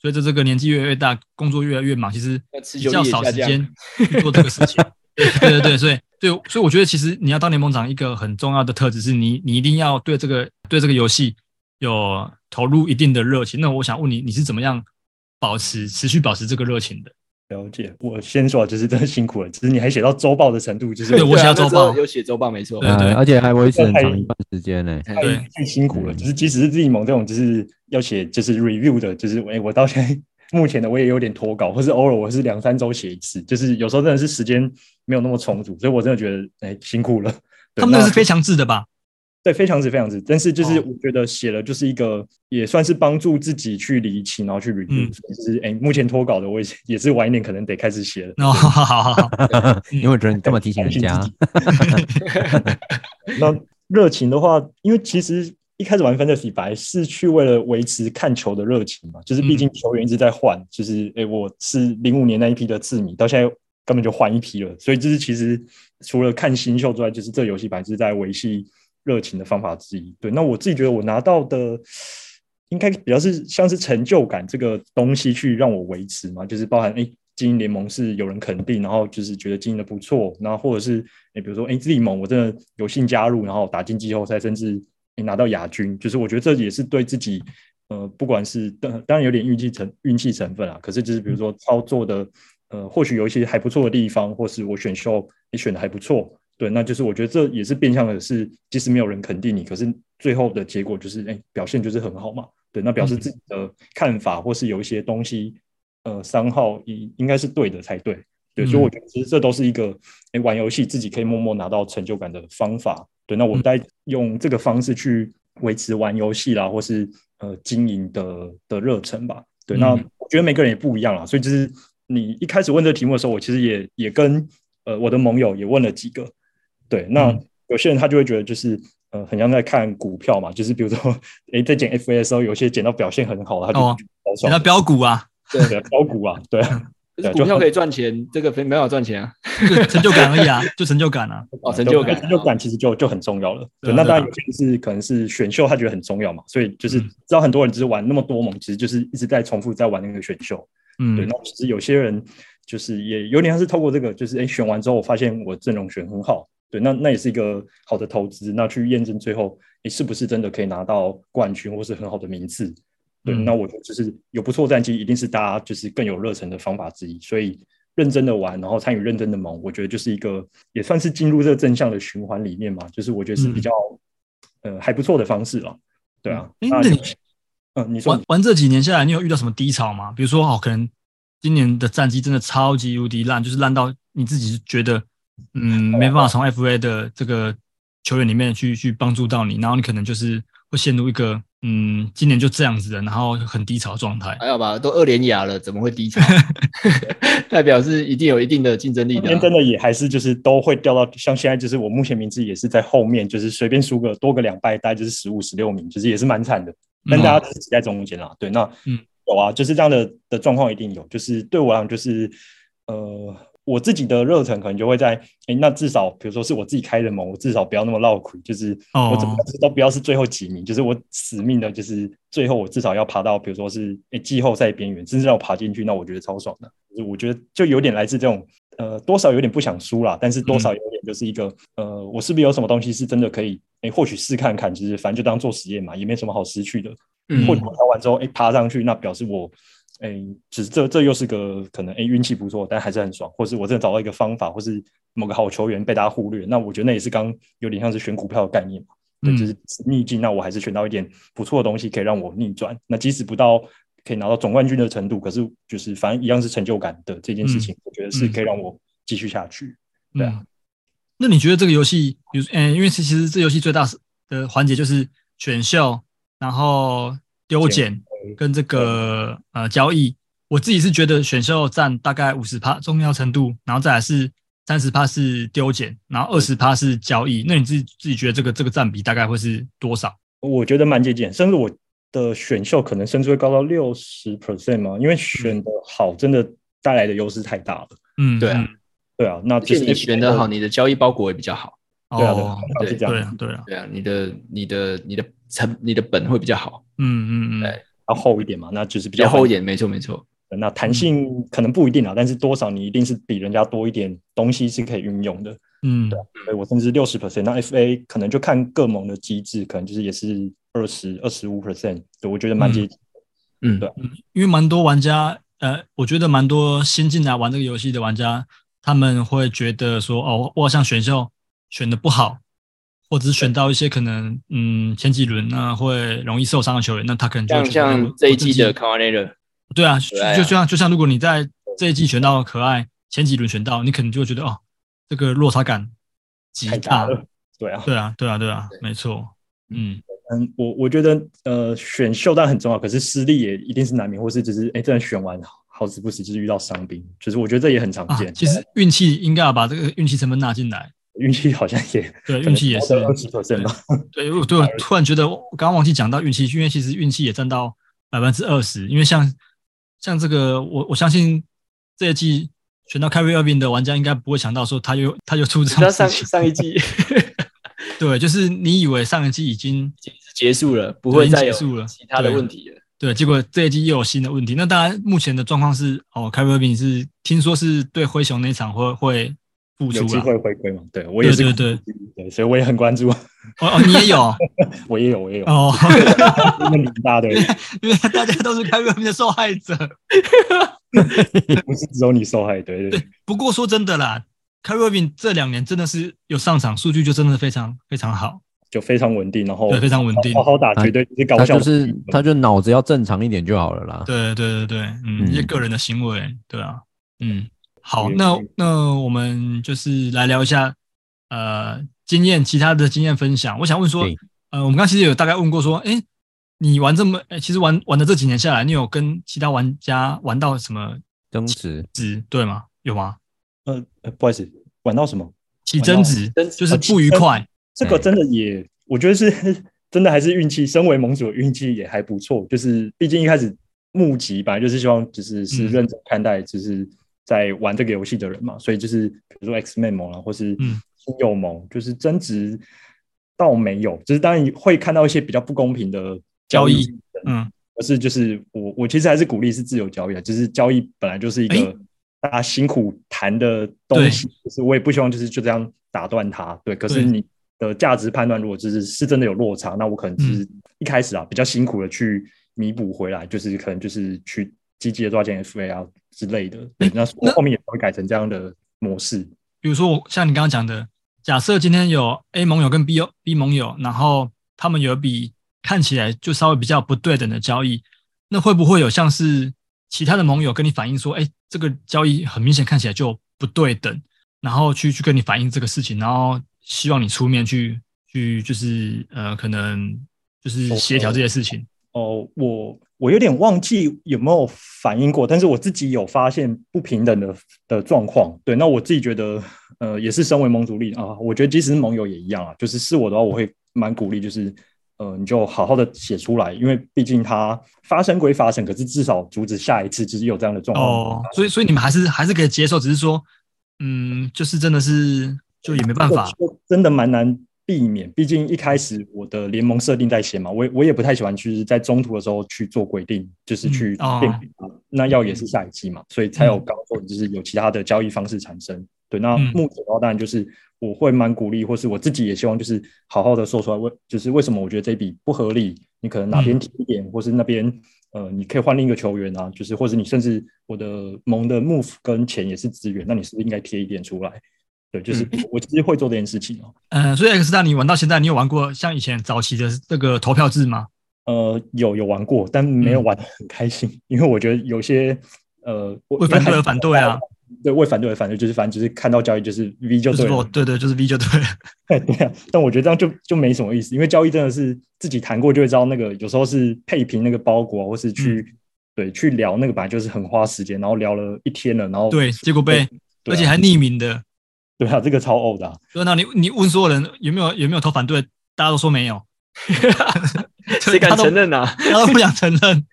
D: 随着这个年纪越来越大，工作越来越忙，其实
C: 那持
D: 比
C: 久力
D: 较
C: 也
D: 少
C: 下
D: 时
C: 降 [LAUGHS]
D: 间去做这个事情。对对对，所以对，所以我觉得其实你要当联盟长，一个很重要的特质是你你一定要对这个对这个游戏有投入一定的热情。那我想问你，你是怎么样保持持续保持这个热情的？
E: 了解，我先说，啊就是真的辛苦了，只是你还写到周报的程度，就是
D: [LAUGHS] 对我
C: 对啊
D: 写周
C: 那时候
D: 报
C: 有写周报没错
D: 对，
B: 嗯
D: 对
B: 而且还维持很长一段时间呢。
C: 哎
D: 对，
E: 太辛苦了。就是即使是自己猛这种，就是要写就是 review 的，就是哎、我到现在目前的我也有点脱稿，或是偶尔我是两三周写一次，就是有时候真的是时间没有那么充足，所以我真的觉得哎、辛苦了。对
D: 他们那
E: 那
D: 个是非常制的吧？
E: 对，非常值，非常值。但是就是
D: 哦
E: 我觉得写了就是一个，也算是帮助自己去理清，然后去 review、
D: 嗯
E: 所以就是哎、目前脱稿的我也是也是晚一点可能得开始写了。
D: [LAUGHS] 哦，好好好
E: [LAUGHS]
D: 好，
B: [LAUGHS] 因为我觉得你这么提醒人家啊
E: 相，
D: [LAUGHS]
E: 信自己那热情的话，因为其实一开始玩 Fantasy 白是去为了维持看球的热情嘛，就是毕竟球员一直在换，就是诶、我是零五年那一批的字迷，到现在根本就换一批了，所以就是其实除了看新秀之外，就是这游戏白就是在维系热情的方法之一。对，那我自己觉得我拿到的。应该比较是像是成就感这个东西去让我维持嘛，就是包含哎、诶精英联盟是有人肯定，然后就是觉得经营的不错，然后或者是哎、诶比如说哎、自己盟我真的有幸加入，然后打进季后赛，甚至诶拿到亚军，就是我觉得这也是对自己呃，不管是当当然有点运气成运气成分啊，可是就是比如说操作的呃，或许有一些还不错的地方，或是我选秀也选的还不错，对，那就是我觉得这也是变相的是，即使没有人肯定你，可是最后的结果就是，哎、表现就是很好嘛。对，那表示自己的看法或是有一些东西，呃，三号应应该是对的才对。对，所以
D: 嗯
E: 我觉得其实这都是一个，哎、玩游戏自己可以默默拿到成就感的方法。对，那
D: 嗯
E: 我在用这个方式去维持玩游戏啦，或是呃经营的的热忱吧。对，那
D: 嗯
E: 我觉得每个人也不一样啦，所以就是你一开始问这个题目的时候，我其实也也跟呃我的盟友也问了几个，对，那
D: 嗯
E: 有些人他就会觉得就是呃很像在看股票嘛，就是比如说诶在捡 FA 的时候，有些捡到表现很好，他就
D: 哦
E: 好
D: 你
E: 爽
D: 那标股啊，
E: 对啊标股啊，对啊，
C: 可
E: 对
C: 是
E: 就
C: 股票
E: 很
C: 可以赚钱，这个没办法赚钱啊。
D: 就成就感而
E: [LAUGHS]
D: 已啊，就成就感啊。
C: 哦，成就感，嗯
E: 成就感其实就就很重要了。
D: 对
E: 对，
D: 啊对
E: 那
D: 啊
E: 当然有些是可能是选秀，他觉得很重要嘛，所以就是
D: 嗯
E: 知道很多人只是玩那么多盟，其实就是一直在重复在玩那个选秀。对，
D: 嗯
E: 那其实有些人就是也有点像是透过这个，就是哎选完之后，我发现我阵容选很好，对，那那也是一个好的投资，那去验证最后你是不是真的可以拿到冠军或是很好的名次。对，
D: 嗯
E: 那我觉得就是有不错战绩，一定是大家就是更有热忱的方法之一。所以认真的玩，然后参与认真的盟，我觉得就是一个也算是进入这个正向的循环里面嘛，就是我觉得是
D: 嗯
E: 比较、呃还不错的方式了。对啊，
D: 嗯诶
E: 那
D: 那你
E: 嗯，你说
D: 玩玩这几年下来，你有遇到什么低潮吗？比如说，哦，可能今年的战绩真的超级无敌烂，就是烂到你自己是觉得，
E: [LAUGHS]
D: 嗯，没办法从 FA 的这个球员里面去去帮助到你，然后你可能就是会陷入一个，嗯，今年就这样子的，然后很低潮的状
E: 哎
D: 态。
C: 还好哎吧，都二连牙了，怎么会低潮？ [LAUGHS] 代表是一定有一定的竞争力
E: 今
C: 的啊、
E: 天真的也还是就是都会掉到像现在就是我目前名次也是在后面，就是随便输个多个两败，大概就是十五十六名，就是也是蛮惨的。但
D: 嗯
E: 大家都是挤在中间啦，对，那
D: 嗯
E: 有啊，就是这样的的状况一定有。就是对我来讲，就是呃，我自己的热忱可能就会在，哎，那至少比如说是我自己开的盟，我至少不要那么绕苦，就是
D: 哦
E: 我怎么样都不要是最后几名，就是我死命的，就是最后我至少要爬到，比如说是哎季后赛边缘，甚至要爬进去，那我觉得超爽的。就是我觉得就有点来自这种呃，多少有点不想输啦，但是多少有点就是一个、呃，我是不是有什么东西是真的可以，哎，或许试看看，就是反正就当做实验嘛，也没什么好失去的。
D: 嗯
E: 或者我调完之后，哎、爬上去，那表示我，哎、只是这这又是个可能，哎、运气不错，但还是很爽，或是我真的找到一个方法，或是某个好球员被大家忽略，那我觉得那也是刚有点像是选股票的概念嘛，对，
D: 嗯
E: 就是逆境，那我还是选到一点不错的东西可以让我逆转，那即使不到。可以拿到总冠军的程度，可是就是反正一样是成就感的这件事情，我觉得是可以让我继续下去。对啊
D: 嗯。那你觉得这个游戏，比如说，嗯、因为其其实这游戏最大是的环节就是选秀，然后丢捡跟这个呃交易。我自己是觉得选秀占大概五十趴重要程度，然后再来是三十趴是丢捡，然后二十趴是交易。那你自己自己觉得这个这个占比大概会是多少？
E: 我觉得蛮接近，甚至我的选秀可能甚至会高到六十 percent 嘛，因为选的好真的带来的优势太大了。
D: 嗯，
C: 对啊
D: 嗯，
E: 对啊，那
C: 而
E: 就
C: 且
E: 是
C: 你选得好，，你的交易包裹也比较好。
E: 对啊，
D: 哦，
E: 对啊，是这
D: 对
E: 样
D: 啊。，对啊，
C: 对啊，你的、你的、你的成、你的本会比较好，
D: 嗯嗯嗯
C: 对，
E: 要厚一点嘛，那就是比
C: 比
E: 较
C: 较厚一
E: 点。
C: 点，没错没错。
E: 那弹性可能不一定啊，但是多少你一定是比人家多一点东西是可以运用的。
D: 嗯，
E: 对我甚至六十 percent，那 FA 可能就看各盟的机制，可能就是也是二十二十五 percent，对我觉得蛮接近。
C: 嗯，
E: 对
D: 因为蛮多玩家，呃，我觉得蛮多新进来玩这个游戏的玩家，他们会觉得说，哦，我好像选秀选的不好，或者是选到一些可能，嗯，前几轮呢会容易受伤的球员，那他可能就
C: 像
D: 觉得哎我
C: 像这一
D: 我自
C: 季
D: 己
C: 的 c o n a r
D: 对啊，就
C: 可爱啊
D: 就像就像如果你在这一季选到可爱，前几轮选到，你可能就会觉得哦，这个落差感极
E: 太大了对啊，
D: 对啊，对啊，对啊，没错，嗯
E: 嗯，我我觉得呃，选秀当然很重要，可是失利也一定是难免，或是只是哎，真的选完好死不死就是遇到伤兵，就是我觉得这也很常
D: 啊
E: 见。，
D: 其实运气应该要把这个运气成分纳进来，
E: 运气好像也
D: 对， [LAUGHS] 运气也是
E: 二十 percent 吧，
D: 对，我对我突然觉得，我刚刚忘记讲到运气，因为其实运气也占到百分之二十。因为像像这个，我我相信这一季选到 Carry Irving 的玩家，应该不会想到说他又他又出这
C: 你知道
D: 种
C: 上
D: 事情。
C: 上一季
D: 对，就是你以为上一季已经
C: [LAUGHS] 结束了，不会
D: 已
C: 再
D: 经
C: 有
D: 结束了
C: 其他的
D: 对
C: 问题了。
D: 对，结果这一季又有新的问题。那当然，目前的状况是哦，Carry Irving 是听说是对灰熊那一场会会复
E: 有
D: 出
E: 机
D: 了。
E: 会回归嘛？对我也是，
D: 对对对
E: 对，所以我也很关注，啊
D: 哦哦，你也有
E: 我也有，我也有，
D: 哦， [LAUGHS]
E: 那你大的
D: 因为大家都是 Carry Irving 的受害者。
E: 不是只有你受害，对对对，
D: 不过说真的啦 c a r r i n 这两年真的是有上场，数据就真的非常非常好，
E: 就非常稳定，然后
D: 对，非常稳定
E: 哦
D: 啊
E: 好。好打，绝对是高
B: 他就
E: 效的
B: 是他就脑子要正常一点就好了啦。
D: 对对对对，嗯，
B: 嗯
D: 一些个人的行为，对啊，嗯，好，
E: 嗯
D: 那那我们就是来聊一下呃经验，其他的经验分享。我想问说
B: 对，
D: 呃，我们刚刚其实有大概问过说，诶，你玩这么，诶其实玩玩的这几年下来，你有跟其他玩家玩到什么
B: 争执
D: 值对吗？有吗？
E: 呃，呃不好意思，玩到什么？
D: 起争执
C: 争，执
D: 就是
E: 哦起
D: 不愉
E: 争
D: 快，嗯
E: 这个真的也，我觉得是真的还是运气。身为盟主，运气也还不错。就是毕竟一开始募集本来就是希望，就是是
D: 嗯
E: 认真看待，就是在玩这个游戏的人嘛，所以就是比如说 X Men 盟啦，啊或是
D: 嗯
E: 新友盟，就是增值倒没有，就是当然会看到一些比较不公平的交
D: 交
E: 易
D: 易，嗯，
E: 可是就是我我其实还是鼓励是自由交易啊，就是交易本来就是一
D: 哎
E: 个大家辛苦谈的东西，就是我也不希望就是就这样打断它，对。可是
D: 对
E: 你的价值判断如果就是是真的有落差，那我可能
D: 嗯
E: 就是一开始啊比较辛苦的去弥补回来，就是可能就是去积极的抓紧 FA 啊之类的，对
D: 哎。
E: 那
D: 那
E: 后面也会改成这样的模式，
D: 比如说我像你刚刚讲的，假设今天有 A 盟友跟 B 友 B 盟友，然后他们有一笔看起来就稍微比较不对等的交易，那会不会有像是其他的盟友跟你反映说，哎，这个交易很明显看起来就不对等，然后去去跟你反映这个事情，然后希望你出面去去就是呃可能就是协调这些事情。
E: 哦，我我有点忘记有没有反映过，但是我自己有发现不平等的的状况。对，那我自己觉得，呃，也是身为盟主力啊，我觉得即使是盟友也一样啊，就是是我的话，我会蛮鼓励，就是呃，你就好好的写出来，因为毕竟它发生归发生，可是至少阻止下一次就是有这样的状况。
D: 哦，所以所以你们还是还是可以接受，只是说嗯，就是真的是就也没办法，
E: 这个真的蛮难避免。毕竟一开始我的联盟设定在先嘛，我也我也不太喜欢去在中途的时候去做规定，就是去
D: 嗯哦嗯
E: 变更它、那要也是下一期嘛，所以才有刚说的就是有其他的交易方式产生。对，那
D: 嗯
E: 目前的话，当然就是我会蛮鼓励，或是我自己也希望就是好好的说出来，为就是为什么我觉得这笔不合理，你可能哪边
D: 嗯
E: 提一点，或是那边呃，你可以换另一个球员啊，就是或者你甚至我的盟的 move 跟钱也是资源，那你是不是应该贴一点出来？对，就是我其实会做这件事情哦。
D: 嗯，所以 X 大你玩到现在，你有玩过像以前早期的这个投票制吗？
E: 呃，有有玩过，但没有
D: 嗯
E: 玩的很开心，因为我觉得有些呃，我
D: 为反对而反对啊，
E: 对，为反对而反对，就是反正就是看到交易就是 V 就
D: 就是
E: 对了
D: 我，对对，就是 V 就对了。
E: [LAUGHS] 对啊，但我觉得这样就就没什么意思，因为交易真的是自己谈过就会知道，那个有时候是配平那个包裹啊，或是去、
D: 嗯
E: 对去聊那个，本来就是很花时间，然后聊了一天了，然后
D: 对，结果被，
E: 哦对
D: 而
E: 啊
D: 且还匿名的。
E: 对啊，这个超呕的啊、
D: 对，那你你问所有人有没有有没有投反对，大家都说没有，
C: 谁敢
D: 他都
C: 承认啊？ [LAUGHS]
D: 大家都不想承认。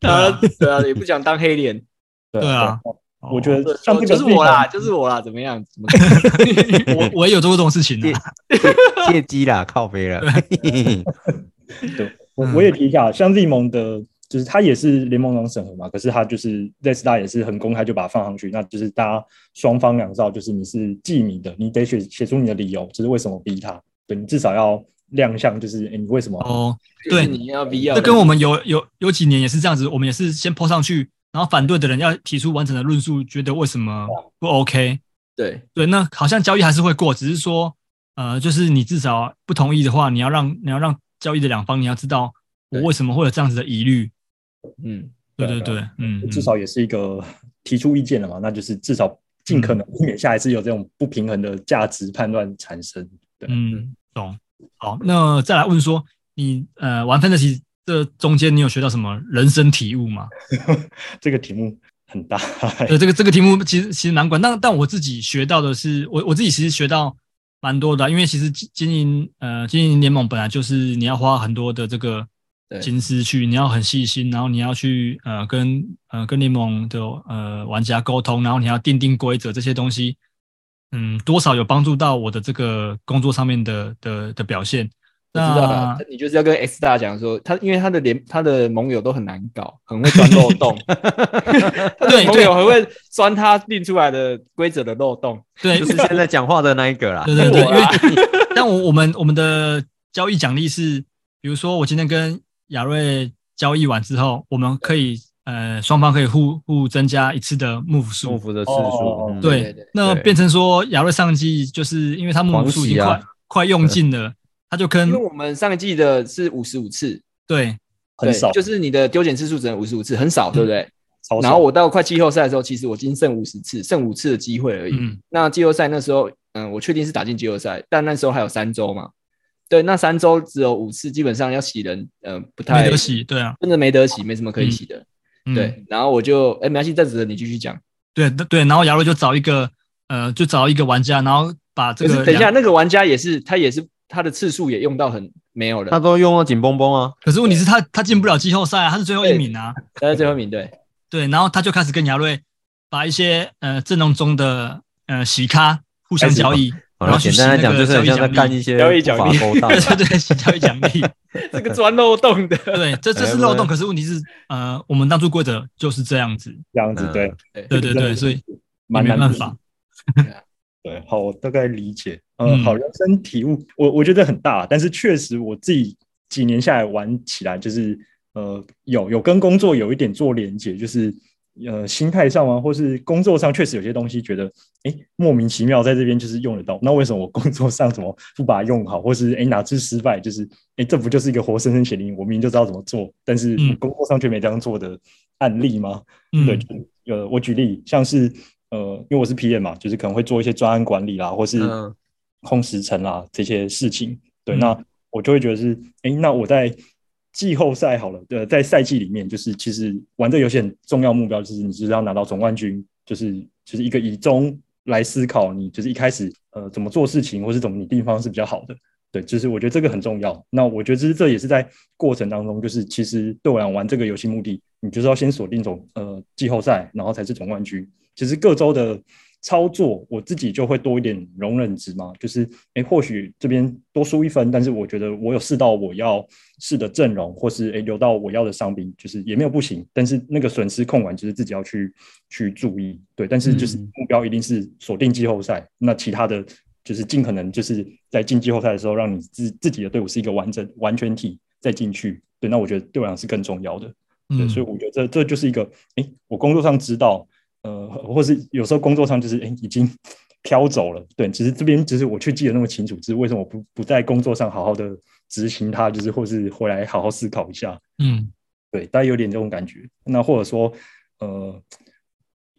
C: 他对啊，也不想当黑脸。
E: 对
D: 对啊，
E: 我觉得像
C: 说
E: 这个
C: 就是我
E: 地方
C: 啦，就是我啦，怎么样？怎么可能
D: 哦我我也有做过这种事情的、啊
B: 借机啦，靠背了。
E: 对，我
D: 嗯
E: 我也提一下，像 Z 盟的，就是它也是联盟中审核嘛，可是它就是 z s t a 也是很公开就把它放上去，那就是大家双方两造，就是你是记你的，你得写写出你的理由，就是为什么逼他，对你至少要亮相，就是诶你为什么、
D: 哦，对
C: 你要 V 要
D: 这跟我们有有有几年也是这样子，我们也是先抛上去，然后反对的人要提出完整的论述，觉得为什么不 OK。
C: 对
D: 对，那好像交易还是会过，只是说，呃，就是你至少不同意的话，你要让你要让交易的两方你要知道我
C: 对
D: 为什么会有这样子的疑虑。
C: 嗯，
D: 对
E: 对
D: 对
E: 啊
D: 对，嗯，嗯
E: 至少也是一个 [LAUGHS] 提出意见了嘛，那就是至少尽可能避免下一次有这种不平衡的价值判断产生。对，
D: 嗯，懂。好，那再来问说，你呃玩 fantasy 这中间你有学到什么人生体悟吗？
E: 这个题目很大。 [LAUGHS]
D: 对，呃这个这个题目其实其实难管，但但我自己学到的是，我我自己其实学到蛮多的啊、因为其实经经营呃经营联盟本来就是你要花很多的这个
C: 对
D: 心思去，你要很细心，然后你要去呃跟呃跟联盟的呃玩家沟通，然后你要定定规则这些东西，嗯，多少有帮助到我的这个工作上面的的的表现。
C: 我知道
D: 那
C: 了，你就是要跟 S 大讲说，他因为他的连他的盟友都很难搞，很会钻漏
D: [LAUGHS]
C: 洞，他的
D: 对
C: 盟
D: 对
C: 友很会钻他定出来的规则的漏洞。
D: 对
B: [LAUGHS] 就是现在讲话的那一个啦。
D: [LAUGHS] 对对对，
C: 我啊
D: 因为 [LAUGHS] 但我我们我们的交易奖励是，比如说我今天跟亚瑞交易完之后，我们可以呃双方可以互互增加一次的 move
B: [LAUGHS] 重
D: 数。
B: 复的次
E: 哦
B: 数，嗯
D: 对
C: 对对
D: 那
B: 对
D: 变成说亚瑞上季就是因为他 move 数已经
B: 狂
D: 快、
B: 喜啊
D: 快用尽了，他就跟
C: 因为我们上一季的是五十五次，
D: 对
E: 很
C: 对
E: 少，
C: 就是你的丢减次数只能五十五次，很
D: 嗯
C: 少，对不对？
E: 超少
C: 然后我到快季后赛的时候，其实我已经剩五十次，剩五次的机会而已。
D: 嗯
C: 那季后赛那时候，嗯，我确定是打进季后赛，但那时候还有三周嘛。对，那三周只有五次，基本上要洗人，嗯，不太
D: 没得，洗，对啊，
C: 真的没得洗，没什么可以洗的。
D: 嗯、
C: 对，然后我就，哎，没关系，这只能你继续讲。
D: 对对，然后亚瑞就找一个呃就找一个玩家，然后把这
C: 可
D: 个
C: 是等一下，
D: 两，
C: 那个玩家也是，他也是他的次数也用到很没有
B: 他
C: 了，
B: 都用到紧绷绷啊，
D: 可是问题是他他进不了季后赛啊，他是最后一
C: 对
D: 名啊， [LAUGHS]
C: 他是最后一名对。
D: 对，然后他就开始跟亚瑞把一些呃阵容中的呃洗咖互相
B: 开始
D: 交易，
B: 好
D: 然
B: 了，
D: 后去
B: 简
D: 洗
B: 单来
D: 那
B: 讲，就
D: 个
B: 是
D: 交
B: 很
D: 易
B: 像在
D: 奖
B: 干
D: 励。
B: 一些
C: 交易
B: 不
C: 奖
B: 法
C: 励
B: 勾当
D: 对
B: 的。
D: 对对，洗交易奖
E: [LAUGHS]
D: 励。
C: 这个钻漏洞的，
D: 对，这这
E: 哎
D: 是漏洞。可是问题是，呃，我们当初规则就是这样子。
E: 这样子，对，
D: 对对对，所以
E: 蛮
D: 没
E: 难
D: 办
E: 的
D: 法。
E: 对，好，我大概理解。嗯，
D: 嗯
E: 好，人生体悟，我我觉得很大，但是确实我自己几年下来玩起来，就是呃，有有跟工作有一点做连接，就是呃，心态上啊，或是工作上，确实有些东西觉得，哎，莫名其妙在这边就是用得到，那为什么我工作上怎么不把它用好，或是哎哪次失败，就是哎，这不就是一个活生生血淋淋，我明明就知道怎么做，但是
D: 嗯
E: 工作上却没这样做的案例吗？对，
D: 嗯
E: 就，是呃，我举例，像是呃，因为我是 PM 嘛，就是可能会做一些专案管理啦，或是
B: 嗯
E: 空时程啦这些事情。对，
D: 嗯
E: 那我就会觉得是，诶，那我在季后赛好了，呃，在赛季里面，就是其实玩这游戏很重要目标就是你就是要拿到总冠军，就是就是一个以终来思考你就是一开始呃怎么做事情，或是怎么你地方是比较好的。对，就是我觉得这个很重要。那我觉得这这也是在过程当中，就是其实对我来讲玩这个游戏目的，你就是要先锁定总呃季后赛，然后才是总冠军。其实各州的操作，我自己就会多一点容忍值嘛，就是诶，或许这边多输一分，但是我觉得我有试到我要试的阵容，或是诶留到我要的伤兵，就是也没有不行，但是那个损失控管就是自己要去去注意，对，但是就是
D: 嗯
E: 目标一定是锁定季后赛，那其他的就是尽可能就是在进季后赛的时候，让你自自己的队伍是一个完整完全体再进去，对，那我觉得对我来讲是更重要的。对，
D: 嗯，
E: 所以我觉得这这就是一个，哎，我工作上知道，呃，或是有时候工作上就是，哎，已经飘走了。对，只是这边只是我去记得那么清楚，只是为什么我不不在工作上好好的执行它，就是或是回来好好思考一下。
D: 嗯
E: 对，大家有点这种感觉。那或者说，呃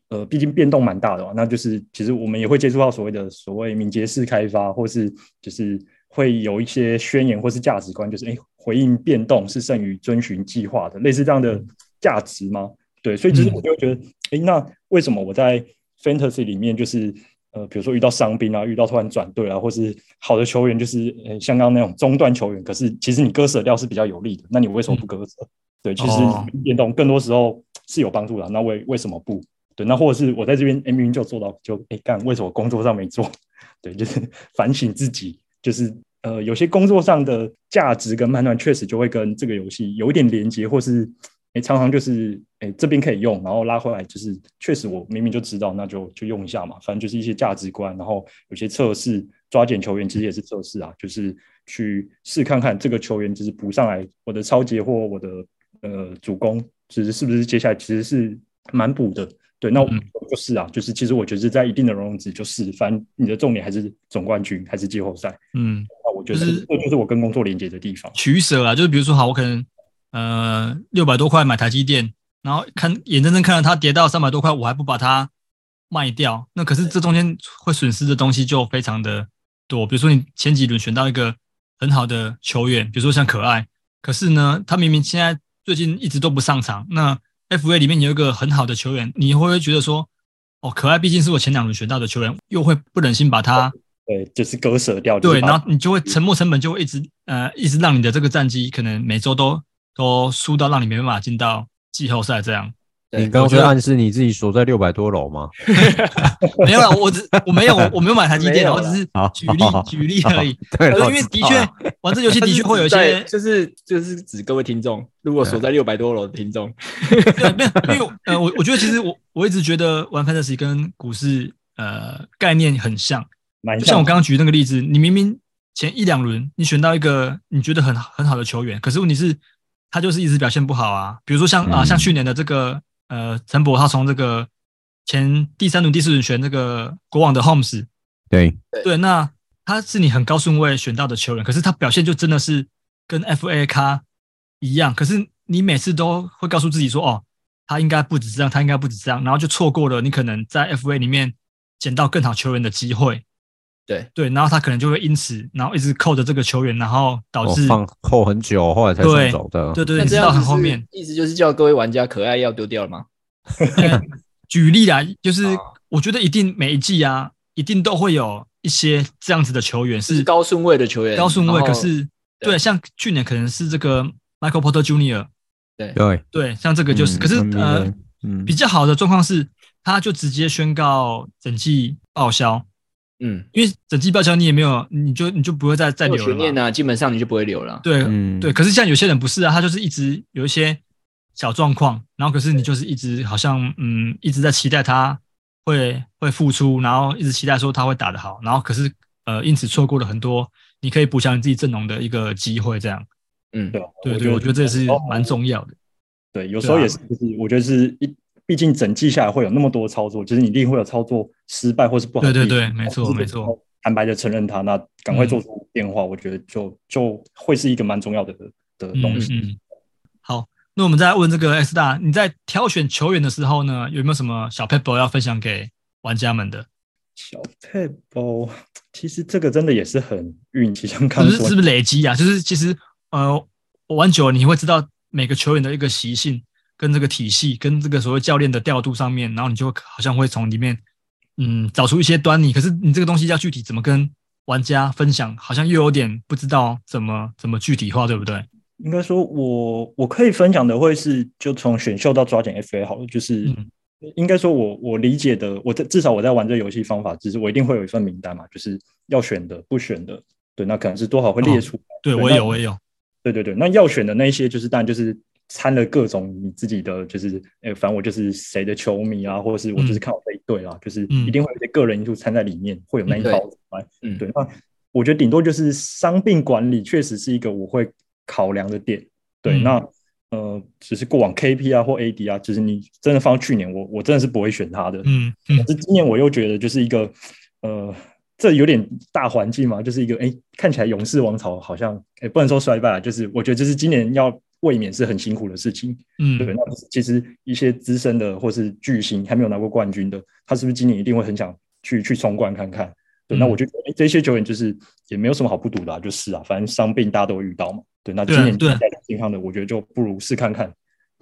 E: 呃，毕竟变动蛮大的嘛，那就是其实我们也会接触到所谓的所谓敏捷式开发，或是就是会有一些宣言或是价值观，就是哎，诶回应变动是胜于遵循计划的，类似这样的价值吗？对，所以其实我就会觉得，哎，那为什么我在 fantasy 里面就是呃，比如说遇到伤兵啊，遇到突然转队啊，或是好的球员，就是呃，像刚刚那种中断球员，可是其实你割舍掉是比较有利的，那你为什么不割舍？对，其实
D: 哦
E: 运动更多时候是有帮助的。那为为什么不？对，那或者是我在这边哎明明就做到，就哎干，为什么工作上没做？对，就是 [LAUGHS] 反省自己，就是呃，有些工作上的价值跟判断确实就会跟这个游戏有一点连接，或是哎常常就是哎这边可以用，然后拉回来，就是确实我明明就知道，那就就用一下嘛，反正就是一些价值观，然后有些测试抓捡球员其实也是测试啊，就是去试看看这个球员就是补上来我的超节或我的呃主攻，其实是不是接下来其实是蛮补的。对，那我
D: 嗯
E: 就是啊，就是其实我觉得在一定的容忍值，就是反正你的重点还是总冠军，还是季后赛。
D: 嗯，
E: 那我觉得这
D: 就是
E: 这就是我跟工作连接的地方。
D: 取舍啊，就是比如说，好，我可能呃六百多块买台积电，然后看眼睁睁看着它跌到三百多块，我还不把它卖掉，那可是这中间会损失的东西就非常的多。比如说你前几轮选到一个很好的球员，比如说像可爱，可是呢，他明明现在最近一直都不上场，那 FA 里面有一个很好的球员，你会不会觉得说，哦，可爱毕竟是我前两轮选到的球员，又会不忍心把他。
E: 对，就是割舍掉。就是
D: 对，
E: 把
D: 然后你就会沉没成本就会一直呃一直让你的这个战绩可能每周都都输到让你没办法进到季后赛这样。
C: 对
B: 你刚刚
D: 我觉
B: 是
D: 得
B: 暗示你自己锁在六百多楼吗？
D: 没有啦，我只我没有我我没有买台积电啊，
C: 没
D: 我
C: 有啦
D: 只是
B: 好
D: 举例
B: 好
D: 举例而已。
B: 对，
D: 可是
B: 我
D: 呃因为
B: 知
D: 的
B: 道了
D: 确玩这游戏的确
C: [LAUGHS]
D: 会有一
C: 在
D: 些啊
C: 就是就是指各位听众，如果锁在六百多楼的听众，
D: 对，没有，因为我呃，我我觉得其实我我一直觉得玩 fantasy 跟股市呃概念很像，
E: 蛮
D: 就像我
E: 像
D: 刚刚举那个例子，你明明前一两轮你选到一个你觉得很很好的球员，可是问题是他就是一直表现不好啊。比如说像啊、
B: 嗯
D: 像去年的这个呃陈博，他从这个前第三轮、第四轮选那个国王的 Holmes，
B: 对，
D: 对，那他是你很高顺位选到的球员，可是他表现就真的是跟 FA 咖一样，可是你每次都会告诉自己说，哦，他应该不止这样，他应该不止这样，然后就错过了你可能在 FA 里面捡到更好球员的机会。
C: 对
D: 对，然后他可能就会因此，然后一直扣着这个球员，然后导
B: 我
D: 致、
B: 哦放扣很久，后来才
D: 对
B: 送走的。
D: 对对，
C: 那
D: 你
C: 这
D: 知道
C: 样
D: 很
C: 子
D: 后面
C: 是。意思就是叫各位玩家可爱要丢掉了吗？
D: 呃举例啦，就是
C: 啊
D: 我觉得一定每一季啊，一定都会有一些这样子的球员
C: 就是
D: 是
C: 高顺位的球员，
D: 高顺位，
C: 然后
D: 可是
C: 对
D: 对，像去年可能是这个 Michael Porter Jr.，
B: 对，
D: 对，像这个就是，
B: 嗯
D: 可是
B: 很迷
D: 呃
B: 人，嗯
D: 比较好的状况是，他就直接宣告整季报销，
C: 嗯，
D: 因为整季报销你也没有，你就你就不会再再
C: 有
D: 留
C: 悬
D: 了
C: 念
D: 嘛。
C: 啊呢，基本上你就不会留了。
D: 对、
B: 嗯
D: 对，可是像有些人不是啊，他就是一直有一些小状况，然后可是你就是一直好像嗯一直在期待他会会付出，然后一直期待说他会打得好，然后可是呃因此错过了很多你可以补强你自己阵容的一个机会，这样
C: 嗯，
E: 对吧？
D: 对对，我觉得这也是
E: 哦
D: 蛮啊重要的。
E: 对，有时候也是，就是我觉得是一，毕竟整季下来会有那么多操作，就是你一定会有操作失败或是不好的地
D: 对对
E: 方。
D: 对没错
E: 那
D: 没错。嗯
E: 坦白的承认它，那赶快做出变化，我觉得就就会是一个蛮重要的的东西。
D: 嗯嗯。好，那我们再问这个 S 大，你在挑选球员的时候呢，有没有什么小 paper 要分享给玩家们的？
E: 小佩包，其实这个真的也是很运气，像
D: 是
E: 刚
D: 不
E: 刚
D: 是
E: 说
D: 是不是累积啊？就是其实呃，我玩久了你会知道每个球员的一个习性、跟这个体系、跟这个所谓教练的调度上面，然后你就好像会从里面嗯找出一些端倪。可是你这个东西要具体怎么跟玩家分享，好像又有点不知道怎么怎么具体化，对不对？
E: 应该说我，我可以分享的会是，就从选秀到抓紧 FA 好了，就是、
D: 嗯
E: 应该说我我理解的，我在至少我在玩这游戏方法，就是我一定会有一份名单嘛，就是要选的、不选的，对，那可能是多少会
D: 哦
E: 列出来、
D: 对我
E: 那
D: 也有，我也有。
E: 对对对，那要选的那一些就是当然就是掺了各种你自己的，就是呃，反正我就是谁的球迷啊，或者是我就是看我这一队啊，就是一定会有一些个人因素掺在里面，会有那一套出来。
C: 嗯
E: 对，那我觉得顶多就是伤病管理确实是一个我会考量的点。对，
D: 嗯
E: 那呃，只是过往 KP 啊或 AD 啊，就是你真的放去年，我我真的是不会选他的。
D: 嗯嗯
E: 可是今年我又觉得就是一个呃，这有点大环境嘛，就是一个哎、看起来勇士王朝好像哎、不能说衰败啊，就是我觉得就是今年要卫冕是很辛苦的事情。
D: 嗯，
E: 对，那其实一些资深的或是巨星还没有拿过冠军的，他是不是今年一定会很想去去冲冠看看？对，
D: 嗯
E: 那我就觉得、诶这些球员就是也没有什么好不赌的、啊，就是啊，反正伤病大家都遇到嘛。对，那今
D: 对啊
E: 年
D: 对啊
E: 在健康的，我觉得就不如试看看。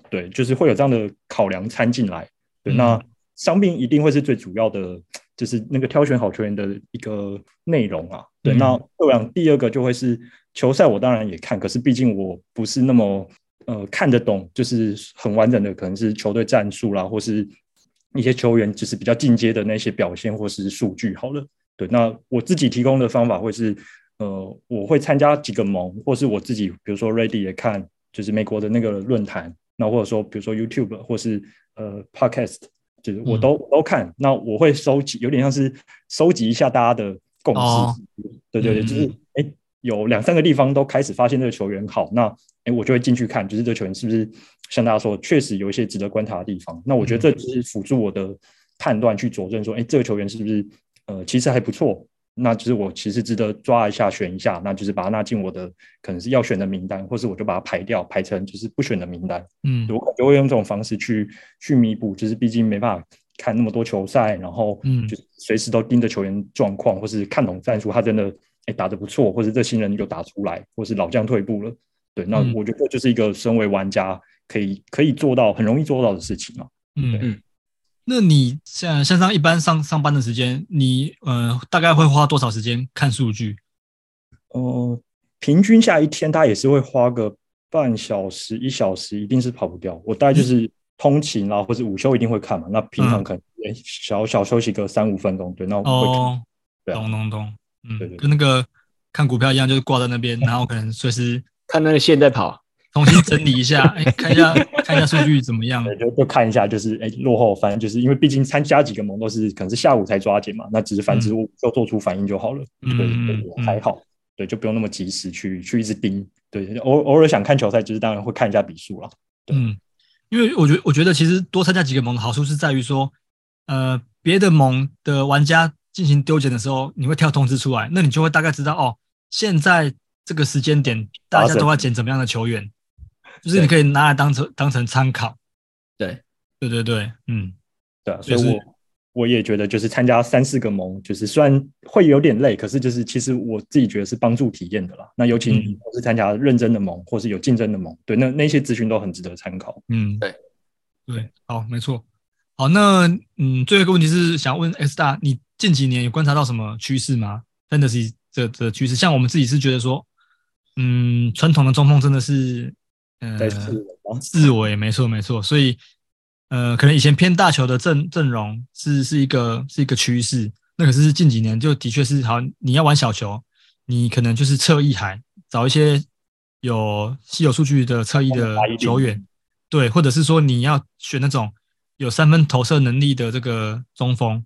E: 对，就是会有这样的考量掺进来。对，
D: 嗯
E: 那伤病一定会是最主要的，就是那个挑选好球员的一个内容啊。对，
D: 嗯
E: 那我想第二个就会是球赛，我当然也看，可是毕竟我不是那么呃看得懂，就是很完整的，可能是球队战术啦，或是一些球员就是比较进阶的那些表现或是数据。好了，对，那我自己提供的方法会是，呃，我会参加几个盟，或是我自己，比如说 Ready 也看，就是美国的那个论坛，那或者说比如说 YouTube 或是呃 Podcast，就是我都、我都看。那我会收集，有点像是收集一下大家的共识。
D: 哦
E: 对对对，
D: 嗯
E: 就是哎、诶有两三个地方都开始发现这个球员好，那哎、诶我就会进去看，就是这个球员是不是像大家说，确实有一些值得观察的地方。那我觉得
D: 嗯
E: 这就是辅助我的判断去佐证说，哎、这个球员是不是呃其实还不错，那就是我其实值得抓一下选一下，那就是把它纳进我的可能是要选的名单，或是我就把它排掉，排成就是不选的名单。
D: 嗯
E: 我可能就会用这种方式去去弥补，就是毕竟没办法看那么多球赛，然后
D: 嗯
E: 就是随时都盯着球员状况，或是看懂战术，他真的哎打得不错，或是这新人有打出来，或是老将退步了，对，那
D: 嗯
E: 我觉得就是一个身为玩家可以可以做到很容易做到的事情啊。
D: 嗯
C: 嗯
D: 嗯，那你像像上一般上上班的时间，你呃大概会花多少时间看数据？
E: 呃，平均下一天他也是会花个半小时一小时，一定是跑不掉。我大概就是通勤啊啦，或是午休一定会看嘛。那平常
D: 嗯
E: 可能哎小小休息个三五分钟，对，那我会看。
D: 哦，
E: 对啊
D: 懂懂懂，嗯
E: 对对，对
D: 跟那个看股票一样，就是挂在那
E: [LAUGHS]
D: 边，然后可能随时
C: 看那个线在跑，
D: 重新整理一
E: [LAUGHS]
D: 下，哎，看一下看一下数据怎么样？
E: 对，就就看一下，就是哎、落后，反正就是因为毕竟参加几个盟都是可能是下午才抓紧嘛，那只是反正我就做出反应就好了，
D: 嗯
E: 对
D: 嗯
E: 对，
D: 嗯
E: 还好，对，就不用那么及时去去一直盯，对，偶偶尔想看球赛，就是当然会看一下比数啦。对
D: 嗯，因为我觉我觉得其实多参加几个盟的好处是在于说，呃，别的盟的玩家进行丢捡的时候，你会跳通知出来，那你就会大概知道哦，现在这个时间点大
E: 发
D: 家
E: 生
D: 都在捡怎么样的球员，就是
C: 对
D: 你可以拿来当成当成参考。
C: 对，
D: 对对对，嗯
E: 对啊，所
D: 就
E: 以
D: 是
E: 我我也觉得就是参加三四个盟，就是虽然会有点累，可是就是其实我自己觉得是帮助体验的啦。那尤其你
D: 嗯
E: 是参加认真的盟，或是有竞争的盟，对，那那些资讯都很值得参考。
D: 嗯，
C: 对
D: 对，好，没错。好，那嗯，最后一个问题是想问 S 大，你近几年有观察到什么趋势吗？Fantasy 这这趋势，像我们自己是觉得说，嗯，传统的中锋真的是，呃
E: 对，，是的
D: 四维，没错没错，所以。呃，可能以前偏大球的阵阵容是是一个是一个趋势，那可是近几年就的确是好，你要玩小球，你可能就是侧翼海找一些有稀有数据的侧翼的
E: 打一零
D: 球员，对，或者是说你要选那种有三分投射能力的这个中锋，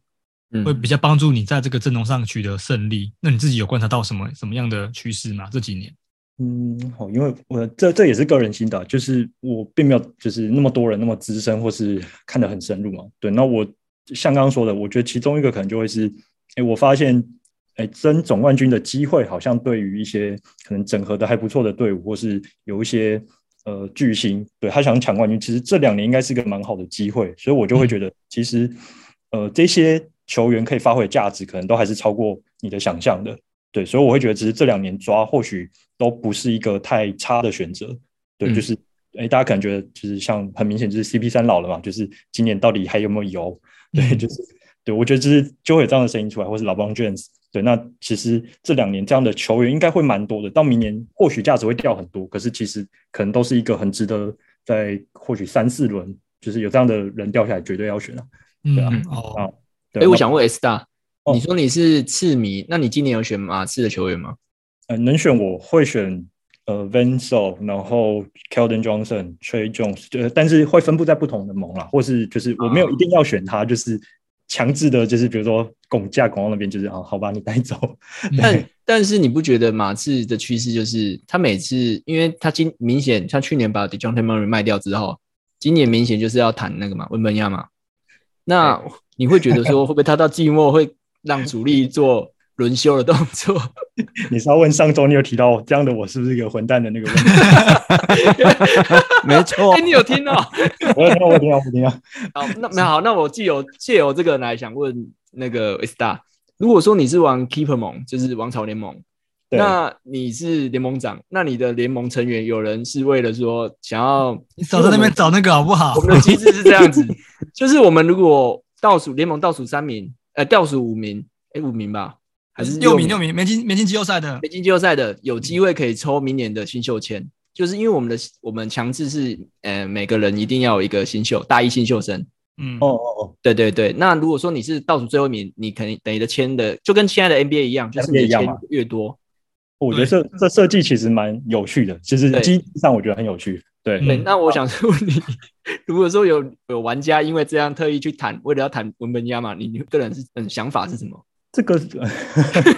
C: 嗯
D: 会比较帮助你在这个阵容上取得胜利。那你自己有观察到什么什么样的趋势吗？这几年？
E: 嗯，好，因为我这这也是个人心得啊，就是我并没有就是那么多人那么资深或是看得很深入嘛。对，那我像刚刚说的，我觉得其中一个可能就会是，哎，我发现，哎，争总冠军的机会好像对于一些可能整合的还不错的队伍，或是有一些呃巨星，对他想抢冠军，其实这两年应该是一个蛮好的机会，所以我就会觉得，其实呃这些球员可以发挥的价值，可能都还是超过你的想象的。对，所以我会觉得，只是这两年抓或许都不是一个太差的选择。对，
D: 嗯
E: 就是哎，大家可能觉得就是像很明显就是 CP 三老了嘛，就是今年到底还有没有油？对，就是对我觉得就是就会有这样的声音出来，或是老帮 Jones。对，那其实这两年这样的球员应该会蛮多的，到明年或许价值会掉很多，可是其实可能都是一个很值得在或许三四轮，就是有这样的人掉下来，绝对要选啊。
D: 嗯
E: 对啊
D: 嗯哦，
E: 对，
C: 哎，
E: 那
C: 我想问 S 大，
E: 哦
C: 你说你是刺迷，那你今年有选马刺的球员吗？
E: 呃，能选我会选呃 v i n c e 然后 Keldon Johnson、Trey Jones，呃，但是会分布在不同的盟啦，或是就是我
C: 啊
E: 没有一定要选他，就是强制的，就是比如说拱架拱到那边，就是啊，好吧，你带走。 [LAUGHS]
D: 嗯
C: 但但是你不觉得马刺的趋势就是他每次，因为他今明显他去年把 Dejounte Murray 卖掉之后，今年明显就是要谈那个嘛文本亚嘛。那你会觉得说会不会他到季末会让主力做轮休的动作？
E: 你是要问上周你有提到这样的我是不是一个混蛋的那个问题？
B: [LAUGHS]
E: [LAUGHS]
B: 没错
C: [LAUGHS] 哎，，你有
B: [LAUGHS]
C: 听到？
E: 我有听到，我有听到，我有听到。
C: 好，那那好，那我既有借由这个来想问那个 S 大，如果说你是玩 Keeper 盟，就是王朝联盟，
E: 对
C: 那你是联盟长，那你的联盟成员有人是为了说想要
D: 你少在那边找那个好不好
C: 我？们的机制是这样子，就是我们如果倒数联盟倒数三名，呃，倒数五名，哎，五名吧，还是
D: 六
C: 名
D: 名六名，没进没进季后赛的
C: 北，京季后赛的
E: 嗯
C: 有机会可以抽明年的新秀签，就是因为我们的我们强制是，呃，每个人一定要有一个新秀，大一新秀生。
D: 嗯，
E: 哦哦哦，
C: 对对对，那如果说你是倒数最后一名，你肯定等你的签的就跟现在的 NBA 一样，就是你
E: NBA
C: 的
E: 一样
C: 签
E: 嘛
C: 越多，
E: 我觉得这这设计其实蛮有趣的，其实
C: 对
E: 机制上我觉得很有趣。对，
C: 对，
D: 嗯
C: 那我想说你， [LAUGHS] 如果说有有玩家因为这样特意去谈，为了要谈文本亚马，你你个人是嗯想法是什么？
E: 这个，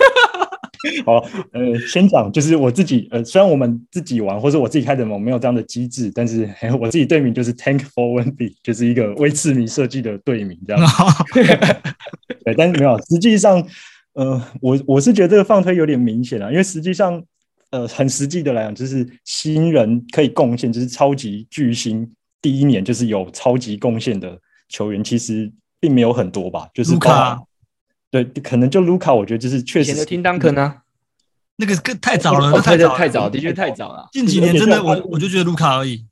E: [LAUGHS] 好，呃，先讲，就是我自己，呃，虽然我们自己玩或者我自己开的盟没有这样的机制，但是、 [LAUGHS] 嘿我自己队名就是 Tank for One B，就是一个微刺迷设计的队名这样。对，但是没有，实际上，呃，我我是觉得这个放推有点明显啊，因为实际上，呃，很实际的来讲，就是新人可以贡献，就是超级巨星第一年就是有超级贡献的球员，其实并没有很多吧，就是
D: 卢
E: 包含
D: 卡。
E: 对，可能就卢卡，我觉得就是确
C: 以
E: 实
C: 前
E: 是嗯
C: 的啊听当可呢？
D: [LAUGHS] 那个更太早了，
C: 哦
D: 那
C: 太
D: 太早
C: 太早，
D: 了
C: 的确太早了。
D: 近几年真的
E: 而且
D: 我
E: 像
D: 我就觉得卢卡而已。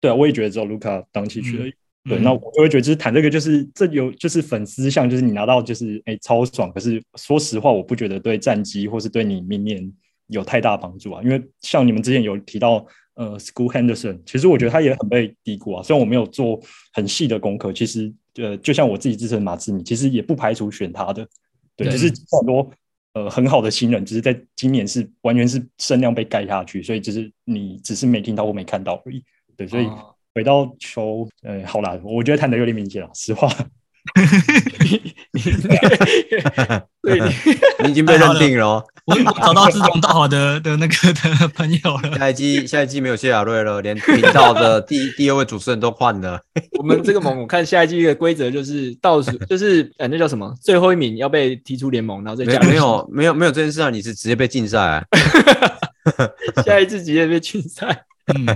E: 对啊，我也觉得只有卢卡当弃区而已。对，
D: 嗯
E: 那我就会觉得，就是谈这个，就是这有就是粉丝像，就是你拿到就是哎、超爽，可是说实话，我不觉得对战绩或是对你明年有太大帮助啊。因为像你们之前有提到呃，School Henderson，其实我觉得他也很被低估啊。虽然我没有做很细的功课，其实呃，就像我自己支持的马志米，其实也不排除选他的。对，
D: 对
E: 就是很多呃很好的新人，只是在今年是完全是声量被盖下去，所以只是你只是没听到或没看到而已。对，所以
C: 哦
E: 回到球，呃，好啦，我觉得谈的有点明显了，实话。
C: 对， [LAUGHS]
F: 你已经被认定了哦。
D: 我我找到志同道合的 [LAUGHS] 的那个的朋友了。
F: 下一季下一季没有谢亚瑞了，连频道的第第二位主持人都换了。
C: 我们这个盟，我看下一季的规则就是倒数， [LAUGHS] 就是呃，那叫什么？最后一名要被踢出联盟，然后再
F: 没
C: 加入
F: 没有没有没有这件事啊，你是直接被禁赛啊、
C: [LAUGHS] 下一次直接被禁赛。
E: [LAUGHS]
D: 嗯，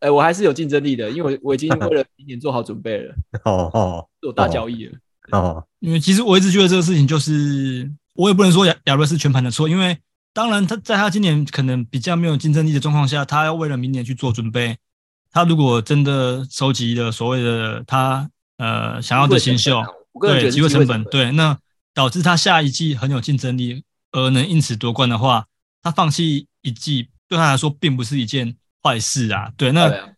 C: 哎、我还是有竞争力的，因为我我已经为了明年做好准备
D: [LAUGHS]
C: 了，
F: 哦哦
C: 做大交易了。
F: 哦，
D: 因为其实我一直觉得这个事情就是，我也不能说亚亚瑞是全盘的错，因为当然他在他今年可能比较没有竞争力的状况下，他要为了明年去做准备。他如果真的收集了所谓的他呃想要的新秀，
C: 我个人觉
D: 对
C: 得是
D: 机会成本，，对，那导致他下一季很有竞争力，而能因此夺冠的话，他放弃一季对他来说并不是一件坏事啊。对，那
C: 对啊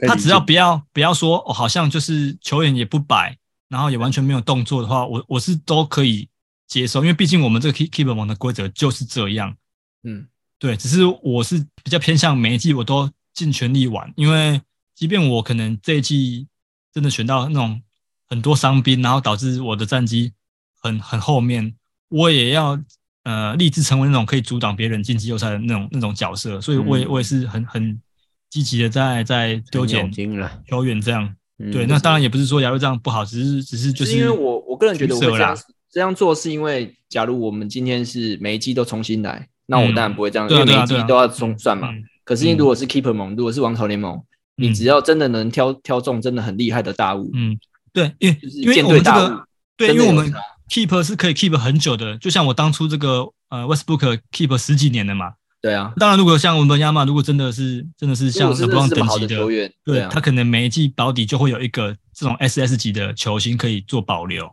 E: 可
D: [LAUGHS]
E: 以
D: 他
E: 理
D: 只要
E: 解
D: 不要不要说哦，好像就是球员也不摆，然后也完全没有动作的话，我我是都可以接受，因为毕竟我们这个 keep keep 网的规则就是这样。
C: 嗯，
D: 对，只是我是比较偏向每一季我都尽全力玩，因为即便我可能这一季真的选到那种很多伤兵，然后导致我的战绩很很后面，我也要呃立志成为那种可以阻挡别人进季后赛的那种那种角色，所以我也、
C: 嗯
D: 我也是很很积极的在在丢
F: 奖
D: 捡
F: 金了，
D: 球员这样。
F: 嗯
D: 对，那当然也不是说亚瑞这样不好，只是只是就是
C: 是因为我我个人觉得我会
D: 取
C: 这
D: 舍啦
C: 样这样做，是因为假如我们今天是每一季都重新来，那我当然不会这样，
D: 对啊
C: 因为
D: 对
C: 每
D: 啊
C: 一季
D: 对啊
C: 都要重算嘛。
D: 嗯
C: 可是如果是 Keeper 盟，如果是王朝联盟，你
D: 嗯
C: 只要真的能挑挑中真的很厉害的大物，
D: 嗯，对，因为
C: 就是
D: 因为
C: 舰
D: 我们
C: 队
D: 这
C: 大
D: 个
C: 物，
D: 对，因
C: 真的
D: 为我
C: 有
D: 们
C: 差
D: keep 是可以 keep 很久的，就像我当初这个呃 Westbrook keep 十几年的嘛。
C: 对啊，
D: 当然，如果像文本亚马，如果真的是真的是
C: 如
D: 像
C: 果是
D: l
C: 真
D: e b
C: 的是这
D: 等
C: 么好
D: 级
C: 的
D: 的
C: 球，员，
D: 对
C: 啊
D: 他，可能每一季保底就会有一个这种 SS 级的球星可以做保留。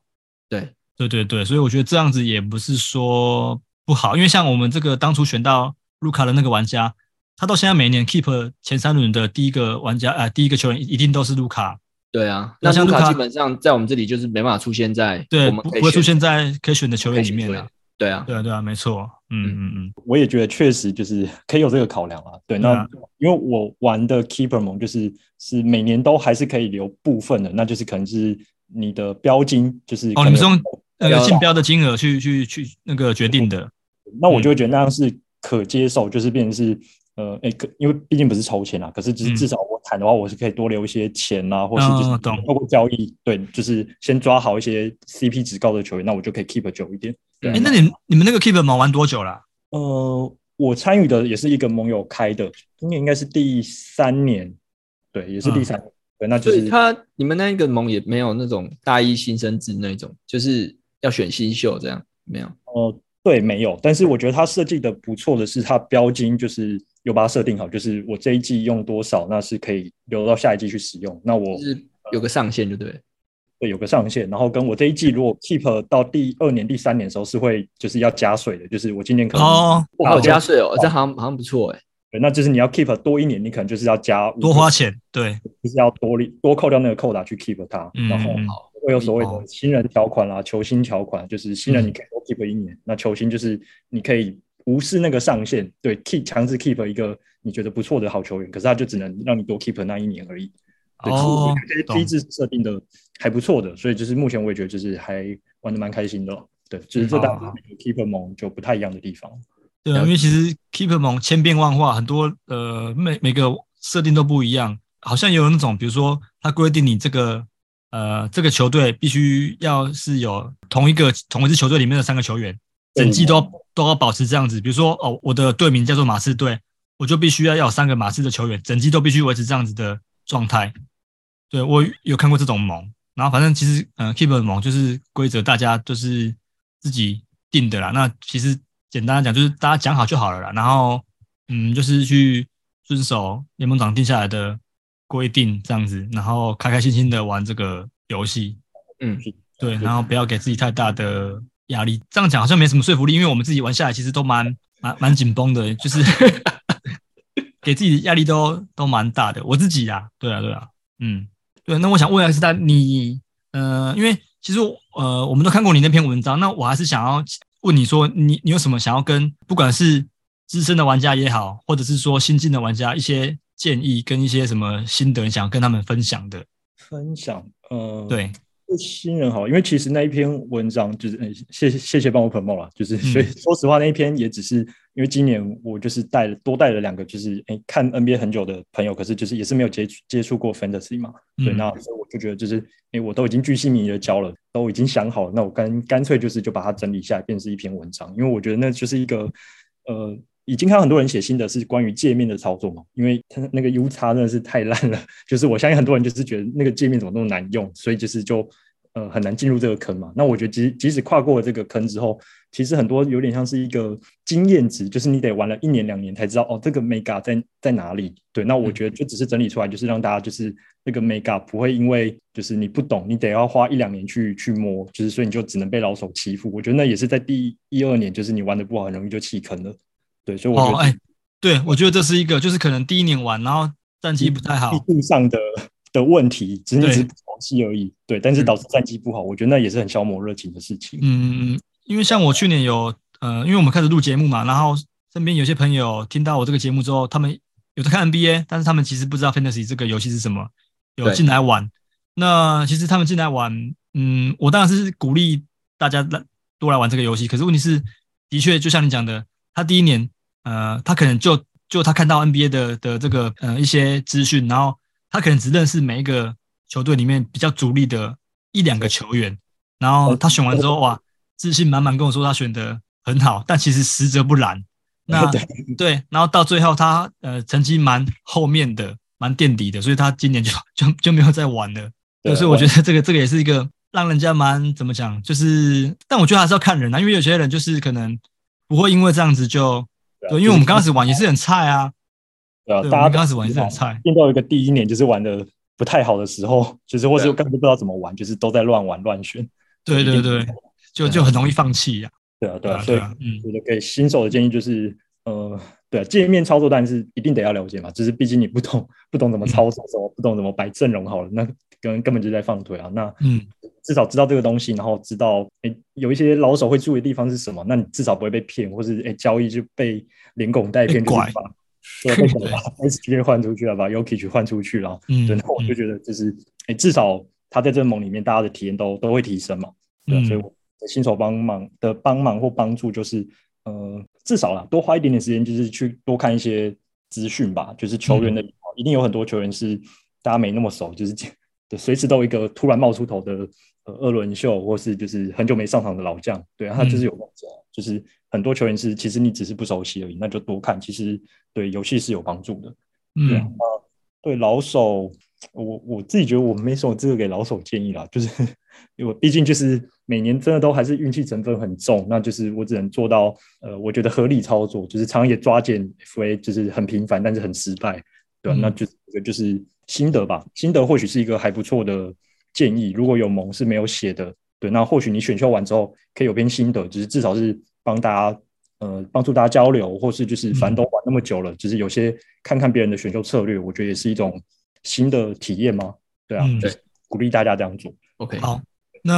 C: 对
D: 对对对，所以我觉得这样子也不是说不好，因为像我们这个当初选到卢卡的那个玩家，他到现在每年 keep 前三轮的第一个玩家呃第一个球员一定都是卢卡，
C: 对啊。
D: 那
C: 那
D: 像
C: 卢
D: 卢卡
C: 卡基本上在我们这里就是没办法出现在
D: 对，
C: 我们
D: 不
C: 可以
D: 不会出
C: 选
D: 现在可以选的球
C: 可以
D: 员里
C: 选
D: 面
C: 球
D: 的
C: 员。对啊，
D: 对啊，对啊，没错。嗯嗯嗯，
E: [LAUGHS] 我也觉得确实就是可以有这个考量啊。对，
D: 对
E: 那
D: 啊
E: 因为我玩的 Keeper 盟就是是每年都还是可以留部分的，那就是可能是你的标金，就是
D: 哦
E: 可能
D: 你是用
E: 有
D: 那
C: 对
D: 个
C: 啊
D: 竞标的金额去去去那个决定的。
E: 那我就
D: 嗯
E: 会觉得那样是可接受，就是变成是呃，哎、可因为毕竟不是筹钱啊，可是就是
D: 嗯
E: 至少我谈的话，我是可以多留一些钱啊，或是就
D: 哦
E: 是
D: 懂
E: 透过交易，对，就是先抓好一些 CP 值高的球员，那我就可以 keep 久一点。对啊
D: 哎，那你你们那个 keep 忙玩多久啊啦？
E: 呃，我参与的也是一个盟友开的，今年应该是第三年，对，也是
D: 嗯
E: 第三年，对，那就
C: 所以
E: 是
C: 他你们那个盟也没有那种大一新生制那种，就是要选新秀这样没有？
E: 呃，对，没有，但是我觉得他设计的不错的是，他标金就是有把它设定好，就是我这一季用多少，那是可以留到下一季去使用。那我
C: 就是有个上限就对了。
E: 对有个上限，然后跟我这一季如果 keep 到第二年、第三年的时候是会就是要加税的，就是我今年可能
D: 哦，
C: 我好加税哦，这好像好像不错哎。
E: 对，那就是你要 keep 多一年，你可能就是要加5%
D: 多花，钱。对，
E: 就是要多利多扣掉那个扣打去 keep 它，
D: 嗯
E: 然后
D: 嗯
E: 会有所谓
D: 哦
E: 的新人条款啦、球星条款，就是新
D: 嗯
E: 人你可以多 keep 一年，那球星就是你可以无视那个上限，对 keep 强制 keep 一个你觉得不错的好球员，可是他就只能让你多 keep 那一年而已。对，可是我
D: 哦
E: 觉得这些
D: 懂
E: 机制设定的还不错的，所以就是目前我也觉得就是还玩的蛮开心的。哦对，就是这
D: 嗯
E: 当
D: 好好
E: 中 keeper 盟就不太一样的地方。
D: 对啊，因为其实 keep 忙千变万化，很多呃每每个设定都不一样。好像也有那种，比如说他规定你这个呃这个球队必须要是有同一个同一支球队里面的三个球员，整季都都要保持这样子。比如说哦，我的队名叫做马刺队，我就必须要要有三个马刺的球员，整季都必须维持这样子的状态。对我有看过这种盟，然后反正其实呃 keep 盟就是规则大家就是自己定的啦。那其实简单来讲就是大家讲好就好了啦，然后嗯就是去遵守联盟长定下来的规定这样子，然后开开心心的玩这个游戏。
C: 嗯，
D: 对，然后不要给自己太大的压力。这样讲好像没什么说服力，因为我们自己玩下来其实都蛮蛮蛮紧绷的，
E: [LAUGHS]
D: 就是给自己压力都都蛮大的。我自己啊，对啊，对啊，嗯，对。那我想问一下，是在你呃，因为其实我呃，我们都看过你那篇文章，那我还是想要问你说，你你有什么想要跟不管是资深的玩家也好，或者是说新进的玩家一些建议跟一些什么心得，你想要跟他们分享的？
E: 分享，呃，
D: 对，
E: 对新人好，因为其实那一篇文章就是，呃谢谢谢谢帮我 promo 啦，就是、所以 [LAUGHS] 说实话那一篇也只是因为今年我就是带了多带了两个，就是哎看 NBA 很久的朋友，可是就是也是没有接触接触过 fantasy 嘛，对，
D: 嗯
E: 那所以我就觉得就是哎我都已经巨细靡遗的教了，都已经想好了，那我干干脆就是就把它整理下来，变成是一篇文章，因为我觉得那就是一个呃。已经看到很多人写新的是关于界面的操作嘛，因为它那个 U 叉真的是太烂了，就是我相信很多人就是觉得那个界面怎么那么难用，所以就是就呃很难进入这个坑嘛。那我觉得即即使跨过了这个坑之后，其实很多有点像是一个经验值，就是你得玩了一年两年才知道哦这个 mega 在在哪里。对，那我觉得就只是整理出来，就是让大家就是那个 mega 不会因为就是你不懂，你得要花一两年去去摸，就是所以你就只能被老手欺负。我觉得那也是在第一二年，就是你玩的不好，很容易就弃坑了。对，所以我觉
D: 哦，
E: 得、
D: 哎、对，我觉得这是一个，就是可能第一年玩，然后战绩不太好
E: 技，术上的的问题，只是
D: 对嗯
E: 你只是不熟悉而已。对，但是导致战绩不好，我觉得那也是很消磨热情的事情。
D: 嗯，嗯嗯，因为像我去年有呃，因为我们开始录节目嘛，然后身边有些朋友听到我这个节目之后，他们有在看 NBA，但是他们其实不知道 Fantasy 这个游戏是什么，有
F: 对
D: 进来玩。那其实他们进来玩，嗯，我当然是鼓励大家来多来玩这个游戏。可是问题是，的确就像你讲的，他第一年，呃，他可能就就他看到 NBA 的的这个呃一些资讯，然后他可能只认识每一个球队里面比较主力的一两个球员，然后他选完之后，哇，自信满满跟我说他选的很好，但其实实则不然。那
E: 对 [LAUGHS]
D: 对，然后到最后他呃成绩蛮后面的，蛮垫底的，所以他今年就就就没有再玩了。对，
E: 对
D: 所以我觉得这个这个也是一个让人家蛮怎么讲，就是但我觉得还是要看人啊，因为有些人就是可能不会因为这样子就
E: 对啊
D: 对，因为我们刚开始玩也是很菜啊，
E: 对啊，
D: 对，我
E: 大家
D: 们刚开始玩也是很菜，
E: 见到一个第一年就是玩的不太好的时候， [LAUGHS] 就是
D: 啊
E: 或者
F: 对
E: 根本就不知道怎么玩，就是都在乱玩乱选。
D: 对对对，就就很容易放弃呀、
E: 对啊，对
D: 对啊
E: 啊，所以
D: 对啊嗯
E: 我的给新手的建议就是，呃，对、啊，界面操作当然是一定得要了解嘛，就是毕竟你不懂不懂怎么操作，什么不懂怎么摆阵容好了，那根根本就在放腿啊。那
D: 嗯，
E: 至少知道这个东西，然后知道诶、有一些老手会注意的地方是什么，那你至少不会被骗，或是诶、交易就被连拱带骗，
D: 被拐
E: 就是把对被拐把 S G 换出去了，把 Yuki 去换出去了，
D: 嗯
E: 对，那我就觉得就是诶、至少他在这个盟里面，大家的体验都都会提升嘛，对啊、
D: 嗯
E: 所以我的新手帮忙的帮忙或帮助就是呃，至少啦，多花一点点时间，就是去多看一些资讯吧，就是球员的，
D: 嗯
E: 一定有很多球员是大家没那么熟，就是 [LAUGHS] 这对，随时都有一个突然冒出头的呃二轮秀，或是就是很久没上场的老将，对，他
D: 嗯
E: 就是有帮助啊，就是很多球员是其实你只是不熟悉而已，那就多看，其实对游戏是有帮助的。对啊
D: 嗯，
E: 对老手，我我自己觉得我没什么资格给老手建议啦，就是因为我毕竟就是每年真的都还是运气成分很重，那就是我只能做到呃，我觉得合理操作，就是常常也抓减 FA，就是很频繁，但是很失败，对啊、
D: 嗯
E: 那就我觉得就是心得吧，心得或许是一个还不错的建议，如果有盟是没有写的，对，那或许你选秀完之后可以有篇心得，就是至少是帮大家呃帮助大家交流，或是
D: 嗯
E: 就是反正都玩那么久了，就是有些看看别人的选秀策略，我觉得也是一种新的体验嘛。对啊，
D: 嗯
E: 就是鼓励大家这样做。
C: OK，
D: 好，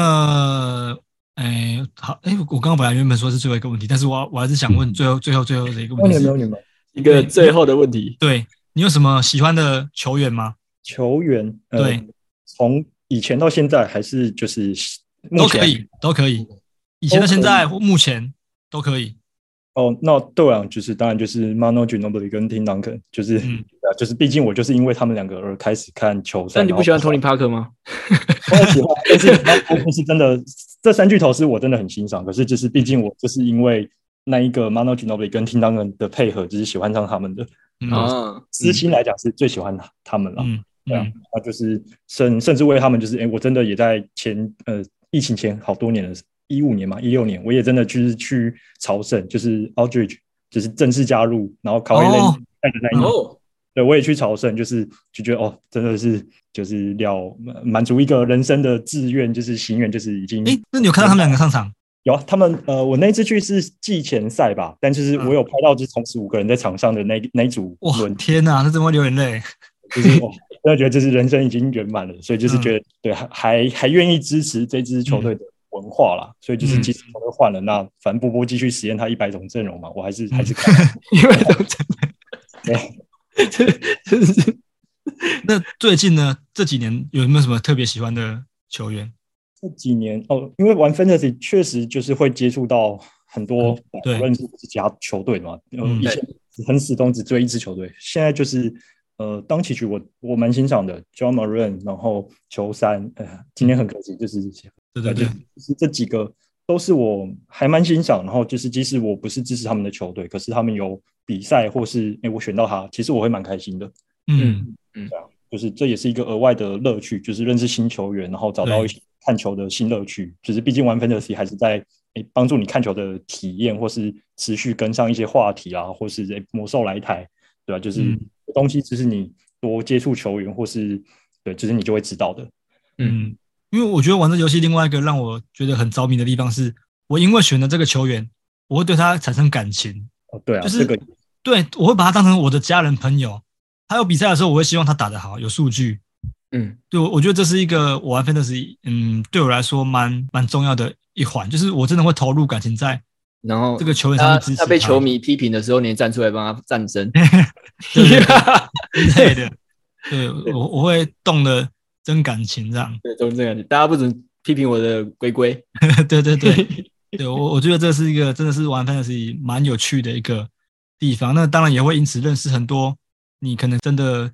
D: 那哎好哎，我刚刚本来原本说是最后一个问题，但是我我还是想问最后最后最后的一个
E: 那
D: 问
E: 你
D: 题
E: 有没
D: 是，
E: 有你们
C: 一个最后的问题，
D: 对你有什么喜欢的球员吗？
E: 球员？呃
D: 对，
E: 从以前到现在还是就是目
D: 都
E: 前
D: 可以，都可以，以前到现在或目前都可以，
E: 哦，那对我来讲就是当然就是 Mano g i n o b i 跟 Tim Duncan，就是、
D: 嗯
E: 对啊就是毕竟我就是因为他们两个而开始看球赛。
C: 但你不喜欢
E: 然后
C: Tony Parker 吗？
E: [LAUGHS] 我也喜欢，但是但是真的，这三巨头是我真的很欣赏。可是就是毕竟我就是因为那一个 Mano Ginobili 跟 Tim Duncan 的配合，就是喜欢上他们的。
D: 嗯
C: 啊，
E: 私心来讲是最喜欢他们了，
D: 嗯
E: 对啊
D: 嗯，
E: 那就是甚甚至为他们就是，哎、我真的也在前呃疫情前好多年了，一五年嘛，一六年，我也真的就是去朝圣，就是 Aldridge，就是正式加入，然后 k a w
D: 哦
E: i 带着那一年，
C: 哦，
E: 对，我也去朝圣，就是就觉得哦，真的是就是了满足一个人生的志愿，就是心愿，就是已经
D: 哎，那你有看到他们两个上场？
E: 有啊他们呃，我那一次去是季前赛吧，但就是我有拍到就是同时五个人在场上的那那一组
D: 哇
E: 轮，
D: 天哪，那怎么会流眼泪？
E: 就是我真的觉得这是人生已经圆满了，所以就是觉得、对，还还还愿意支持这支球队的文化啦。所以就是即使球队换了，那反正波波继续实验他一百种阵容嘛，我还是还是看。
C: 因为
D: [LAUGHS]
C: 都真的，这这是
D: 那最近呢？这几年有没有什么特别喜欢的球员？
E: 这几年哦，因为玩 fantasy 确实就是会接触到很多，
D: 嗯对
E: 无论是其他球队嘛，呃
D: 嗯
E: 以前很始终只追一支球队，现在就是呃，当期局我我蛮欣赏的 John m o r a n 然后球三，呃，今天很可惜就是
D: 对对对，
E: 就是这几个都是我还蛮欣赏，然后就是即使我不是支持他们的球队，可是他们有比赛或是诶、我选到他，其实我会蛮开心的，
D: 嗯，
E: 就是这也是一个额外的乐趣，就是认识新球员，然后找到一些看球的新乐趣。就是毕竟玩 fantasy 还是在诶帮助你看球的体验，或是持续跟上一些话题啊，或是诶魔兽来台，对吧、就是、
D: 嗯
E: 东西，就是你多接触球员，或是对，就是你就会知道的。
D: 嗯，因为我觉得玩这游戏另外一个让我觉得很着迷的地方是，我因为选了这个球员，我会对他产生感情，
E: 哦，对啊，
D: 就是
E: 这个
D: 对我会把他当成我的家人朋友。他有比赛的时候，我会希望他打得好，有数据。
G: 嗯，
D: 对我，我觉得这是一个我玩 fantasy，嗯，对我来说蛮蛮重要的一环，就是我真的会投入感情在
G: 然后
D: 这个球员上
C: 他
D: 面支持
C: 他被球迷批评的时候，你也站出来帮他
D: [LAUGHS]
C: 战争，
D: 对对对之类的，对我我会动的真感情这样。
C: 对，都是这样。大家不准批评我的龟龟，
D: [LAUGHS] 对对对，对我我觉得这是一个真的是玩 fantasy 蛮有趣的一个地方。那当然也会因此认识很多你可能真的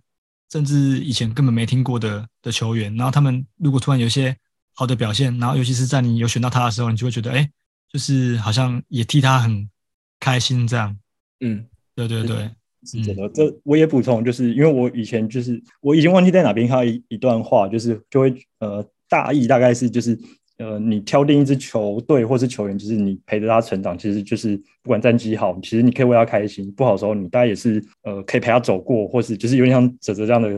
D: 甚至以前根本没听过的的球员，然后他们如果突然有一些好的表现，然后尤其是在你有选到他的时候，你就会觉得哎，诶就是好像也替他很开心这样。
C: 嗯，
D: 对对对，
E: 是真的，这我也补充，就是因为我以前就是我已经忘记在哪边看到一一段话，就是就会呃大意大概是就是呃你挑定一支球队或是球员，就是你陪着他成长，其实就是不管战绩好，其实你可以为他开心；不好的时候，你大概也是呃可以陪他走过，或是就是有点像哲哲这样的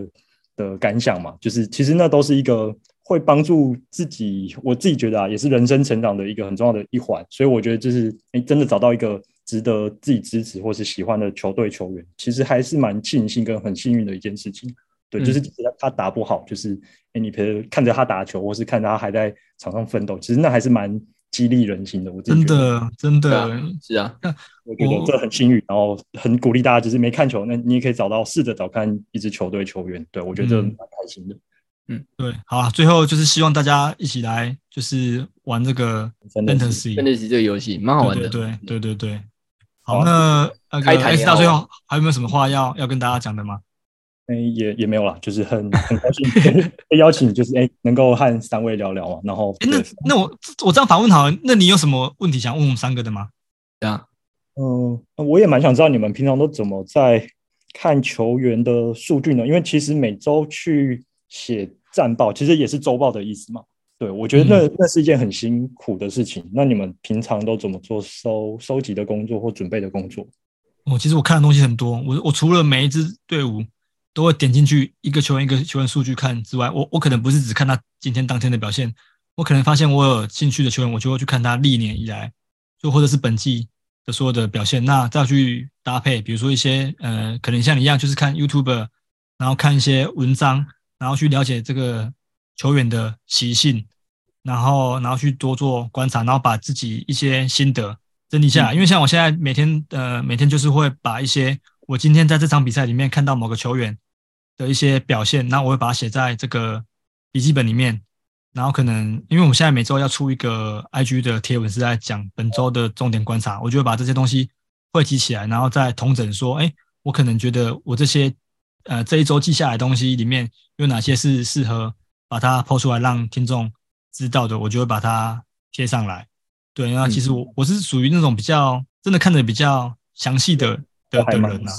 E: 的感想嘛，就是其实那都是一个会帮助自己，我自己觉得啊，也是人生成长的一个很重要的一环。所以我觉得就是，哎，真的找到一个值得自己支持或是喜欢的球队球员，其实还是蛮庆幸跟很幸运的一件事情。对，
D: 嗯
E: 就是即使他打不好，就是哎，你陪看着他打球，或是看着他还在场上奋斗，其实那还是蛮激励人心的。我自己
D: 真
E: 觉得，
D: 的真
C: 对
D: 的
C: 啊，是啊，
E: 我觉得这很幸运，然后很鼓励大家，就是没看球，那你也可以找到试着找看一支球队球员。对我觉得这
D: 嗯
E: 蛮开心的。
D: 对，好啊，最后就是希望大家一起来就是玩这个
E: 真的
D: fantasy。
C: fantasy 这个游戏蛮好玩的。嗯
D: 对对对对对。好，
E: 好啊
D: 那那
C: 开
D: 个哎
C: 台
D: S
C: 也
D: 到
C: 好
D: 最后还有没有什么话要要跟大家讲的吗？
E: 哎、也也没有啦，就是
D: [LAUGHS]
E: 很很高兴被邀请，就是哎、能够和三位聊聊嘛。然后，
D: 哎，那
E: 对
D: 那我我这样反问好了，那你有什么问题想问我们三个的吗？
C: 对啊，
E: 嗯、我也蛮想知道你们平常都怎么在看球员的数据呢？因为其实每周去写战报，其实也是周报的意思嘛。对，我觉得那、
D: 嗯
E: 那是一件很辛苦的事情。那你们平常都怎么做收收集的工作或准备的工作？
D: 我其实我看的东西很多，我我除了每一支队伍都会点进去一个球员一个球员数据看之外，我我可能不是只看他今天当天的表现，我可能发现我有兴趣的球员，我就会去看他历年以来，就或者是本季的所有的表现，那再去搭配，比如说一些呃，可能像你一样，就是看 YouTube，然后看一些文章，然后去了解这个球员的习性，然后然后去多做观察，然后把自己一些心得整理下来。因为像我现在每天呃每天就是会把一些我今天在这场比赛里面看到某个球员的一些表现，然后我会把它写在这个笔记本里面。然后可能因为我们现在每周要出一个 IG 的贴文，是在讲本周的重点观察，我就会把这些东西汇集起来，然后再统整说，哎，我可能觉得我这些呃这一周记下来的东西里面有哪些是适合把它抛出来让听众知道的，我就会把它贴上来。对，那其实
E: 嗯
D: 我、我是属于那种比较真的看的比较详细的的
E: 还
D: 的
E: 蛮
D: 人啊，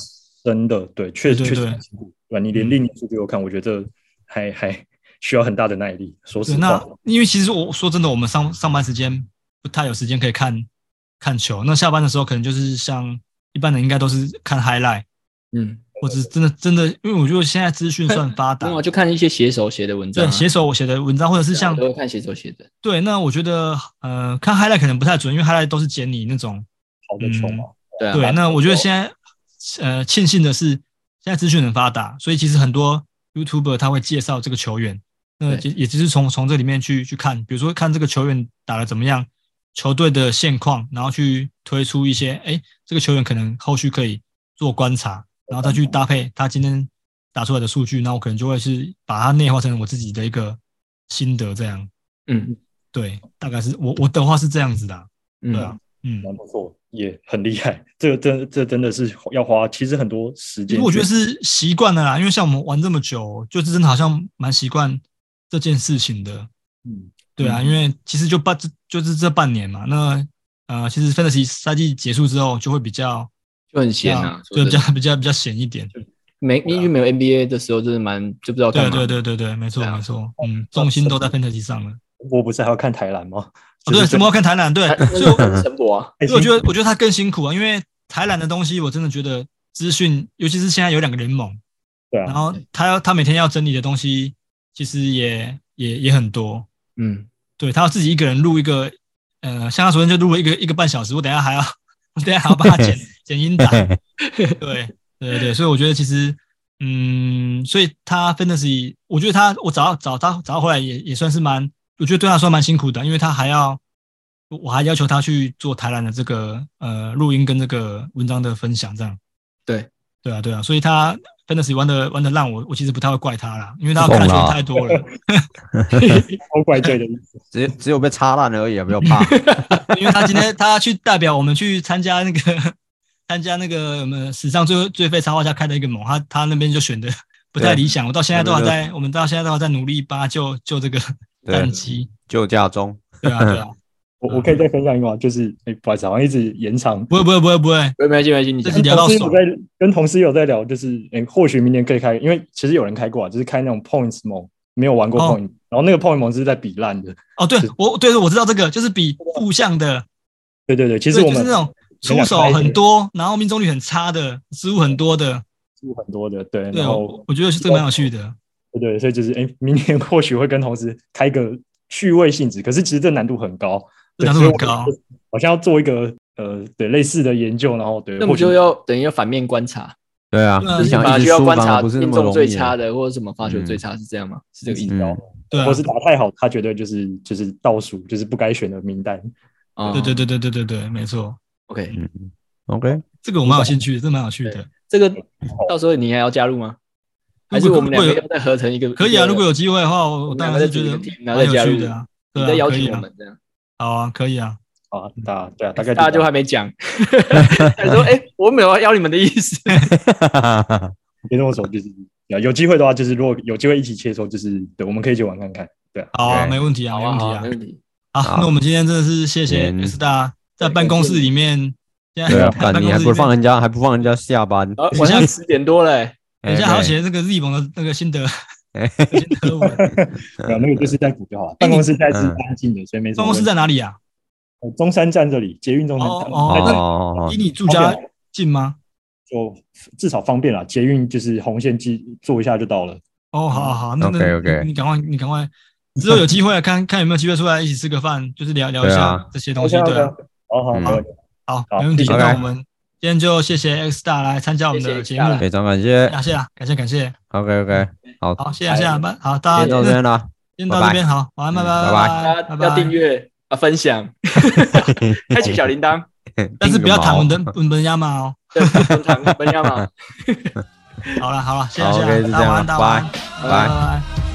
E: 真的，对，确实
D: 对对
E: 确实
D: 对嗯
E: 很辛苦。对，啊你连历年数据都看，我觉得这还还需要很大的耐力。说实
D: 对，那
E: 话，
D: 因为其实我说真的，我们上上班时间不太有时间可以看看球，那下班的时候可能就是像一般人应该都是看 highlight，
C: 嗯，
D: 或者是真的真的，因为我觉得现在资讯算发达
C: 那，我就看一些写手写的文章啊，
D: 对，写手我写的文章或者是
C: 对啊啊
D: 像
C: 我都会看写手写的，
D: 对，那我觉得呃看 highlight 可能不太准，因为 highlight 都是剪你那种
E: 好的
D: 嗯
E: 球嘛。
C: 对啊，
D: 对，那我觉得现在呃庆幸的是，现在资讯很发达，所以其实很多 YouTuber 他会介绍这个球员，那
C: 对
D: 也也就是从从这里面去去看，比如说看这个球员打的怎么样，球队的现况，然后去推出一些，哎，这个球员可能后续可以做观察，然后再去搭配他今天打出来的数据，那我可能就会是把它内化成我自己的一个心得，这样，
C: 嗯
D: 对，大概是我我的话是这样子的啊，对啊嗯。
C: 嗯，，
E: 蛮不错，也很厉害。这个真这真的是要花，其实很多时
D: 其实
E: 间去。
D: 我觉得是习惯了啦，因为像我们玩这么久，就是真的好像蛮习惯这件事情的。
E: 嗯，
D: 对啊，因为其实就半就就是这半年嘛，那呃，其实 fantasy 赛季结束之后就会比较
C: 就很闲啊，
D: 就比
C: 这
D: 较比较比较闲一点。
C: 没因为没有 NBA 的时候，真的蛮就不知道干
D: 啊对啊
C: 嘛，
D: 对对对对，没错
C: 对啊
D: 没错，嗯，重心都在 fantasy 上了。
E: 我不是还要看台篮吗？
D: 哦，对，什么要看台篮？对，
C: [LAUGHS] 哎，
D: 所以我
C: 就陈博啊，
E: 哎
D: 所以我觉得我觉得他更辛苦啊，因为台篮的东西我真的觉得资讯，尤其是现在有两个联盟，
E: 对啊
D: 然，后他要他每天要整理的东西，其实也也也很多。
C: 嗯，
D: 对他要自己一个人录一个，呃，像他昨天就录了一个一个半小时，我等一下
F: [LAUGHS]
D: 还要，我等一下还要帮他剪剪音档，对对对，所以我觉得其实嗯，所以他 fantasy，我觉得他我找到找他找他回来也也算是蛮，我觉得对他算蛮辛苦的，啊因为他还要我我还要求他去做台南的这个呃录音跟这个文章的分享，这样。
C: 对
D: 对啊对啊，所以他 fantasy 玩的玩的烂，我我其实不太会怪他啦，因为他看的
F: 不懂
D: 球
F: 啦
D: 太多了，
E: 我怪罪的意思。
F: 只只有被插烂而已，啊，不要怕。
D: 因为他今天他去代表我们去参加那个参加那个我们史上最最废插画家开的一个盟，他他那边就选的不太
F: 对
D: 理想，我到现在都还
F: 那边
D: 在，我们到现在都还在努力吧救救这个
F: 对
D: 战机，
F: 救驾中，
D: 对啊
E: [LAUGHS]
D: 对啊，
E: 我我可以再分享一个吗？就是哎、不好意思，好像一直延长。
D: 不会不会不会不会，
C: 没关系没关系，你讲
D: 这是聊到
E: 同事
D: 爽
E: 有，在跟同事有在聊，就是哎、或许明年可以开，因为其实有人开过啊，就是开那种 points 盟，没有玩过
D: 哦
E: point，、然后那个 point 盟是在比烂的。
D: 哦对我对我知道这个就是比负向的，
E: 对对对，其
D: 对，
E: 实我
D: 就
E: 们
D: 是那种
E: 我
D: 出
E: 们
D: 手
E: 想开一
D: 很
E: 点
D: 多，然后命中率很差的，失误很多的，
E: 输很多的，对，
D: 对哦
E: 然
D: 我
E: 后
D: 我觉得是这个蛮有趣的，
E: 对对，所以就是哎、明年或许会跟同事开个趣味性质，可是其实这难度很高，
D: 这
E: 对
D: 难度
E: 所以
D: 很
E: 我
D: 高
E: 好像要做一个呃对类似的研究，然后对，
C: 那我们
E: 或许
C: 就要等于要反面观察，
F: 对啊
D: 对啊，
F: 你想
C: 反而
F: 一
C: 需
F: 直
C: 要
F: 输
C: 观
F: 反而
C: 察
F: 不是那
C: 命
F: 么
C: 中
F: 容
C: 最
F: 易
C: 差
F: 啊。
C: 的，或者什么发球
F: 嗯
C: 最差是这样吗？是这个意思
F: 嗯，
D: 对啊
E: 或，是打太好，他觉得就是就是倒数，就是不该选的名单。
C: 啊？
D: 对对对对对对对，没错，
C: ，OK，
F: 嗯，OK，
D: 这个我蛮有兴趣的，这蛮有趣的。
C: 这个到时候你还要加入吗？还是我们两个要再合成一个？
D: 可以啊，
C: 一个
D: 如果有机会的话，我
C: 我
D: 我
C: 们
D: 当
C: 两个
D: 然
C: 再
D: 是
C: 组
D: 觉
C: 一
D: 得
C: 个 team，然后
D: 蛮
C: 再
D: 有
C: 加
D: 趣
C: 入
D: 的啊，
C: 你
D: 对
C: 再
D: 啊，
C: 邀
D: 可以
C: 请我
D: 啊，
C: 们这样，
D: 好啊，可以啊，
E: 好啊，大家对啊，大概
C: 大家
E: 就
C: 就还
F: [LAUGHS]
C: 没讲，还说哎，我没有要你们的意思。
D: 哎
E: 别动手，就是对啊有机会的话，就是如果有机会一起切磋，就是对，我们可以一起玩看看。对啊，
D: 好啊，
F: 对
D: 没问题啊，
C: 好
D: 没问题
C: 啊，好啊，
D: 啊
C: 没。问题。
D: 好，那我们今天真的是谢谢
F: 嗯
D: S 大在办公室里面，
F: [LAUGHS]
D: 现
F: 对
D: 在
F: 啊，
D: 办
F: 干
D: 公
F: 你还
D: 室
F: 不
D: 里
F: 放
D: 面，
F: 人家，还不放人家下班？
C: 啊，晚上十点多嘞，
D: 等一下还要
F: 哎
D: 写这个 Z 盟的那个心
F: [LAUGHS]
D: 得
F: 哎
D: 心得文。
E: 对啊，那
D: 嗯
E: 个就是在补就好了。办公室现在是
F: 嗯
E: 安静的，所以没什
D: 办
E: 么
D: 公
E: 问
D: 室
E: 题。
D: 在哪里啊？
E: 呃中山站这里，捷运中山站，
D: 哦
E: 那
D: 哦
F: [LAUGHS] 哦，
D: 离你住家
E: 方便
D: 近吗？
E: 就至少方便了。捷运就是红线机坐一下就到了。
D: 哦，好好好，那那
F: OK，OK
D: 你你赶快你赶快，之后有机会看 [LAUGHS] 看有没有机会出来一起吃个饭，就是聊聊一
F: 对
D: 下
F: 啊
D: 这些东西，对啊。
E: 好好，
F: 嗯
E: 没问题
D: 好，
E: 好
D: 没问题。
F: 谢谢
D: 那
F: OK
D: 我们今天就谢谢 X 大来参加我们的
C: 谢谢
D: 节
C: X 大
D: 目
C: 来，
F: 非常感 [LAUGHS] 谢
D: [LAUGHS] 感谢啊，感谢感谢。
F: ，OK OK，好，
D: 好，谢谢
C: 拜
D: 谢谢，拜，好，大
F: 今天哎
D: 家
F: 到这边了。 [LAUGHS]
D: 先到这边，好，晚安，拜拜
F: 嗯
D: 拜拜
C: 大家
D: 拜
C: 要
D: 拜，
C: 订阅啊，分享，开
F: [LAUGHS]
C: 启小铃
D: [LAUGHS]
C: 铛，
D: 但是不要谈文
F: 的
D: 本。文本亚马哦。
C: 对，分享分享嘛。
D: 好了好了，谢谢
F: 好
D: 谢
F: ，OK，就
D: 谢，啊
F: 这
D: 大家
F: 样
D: 晚
F: 了
D: 安，大家晚安，
F: 拜
D: 拜拜。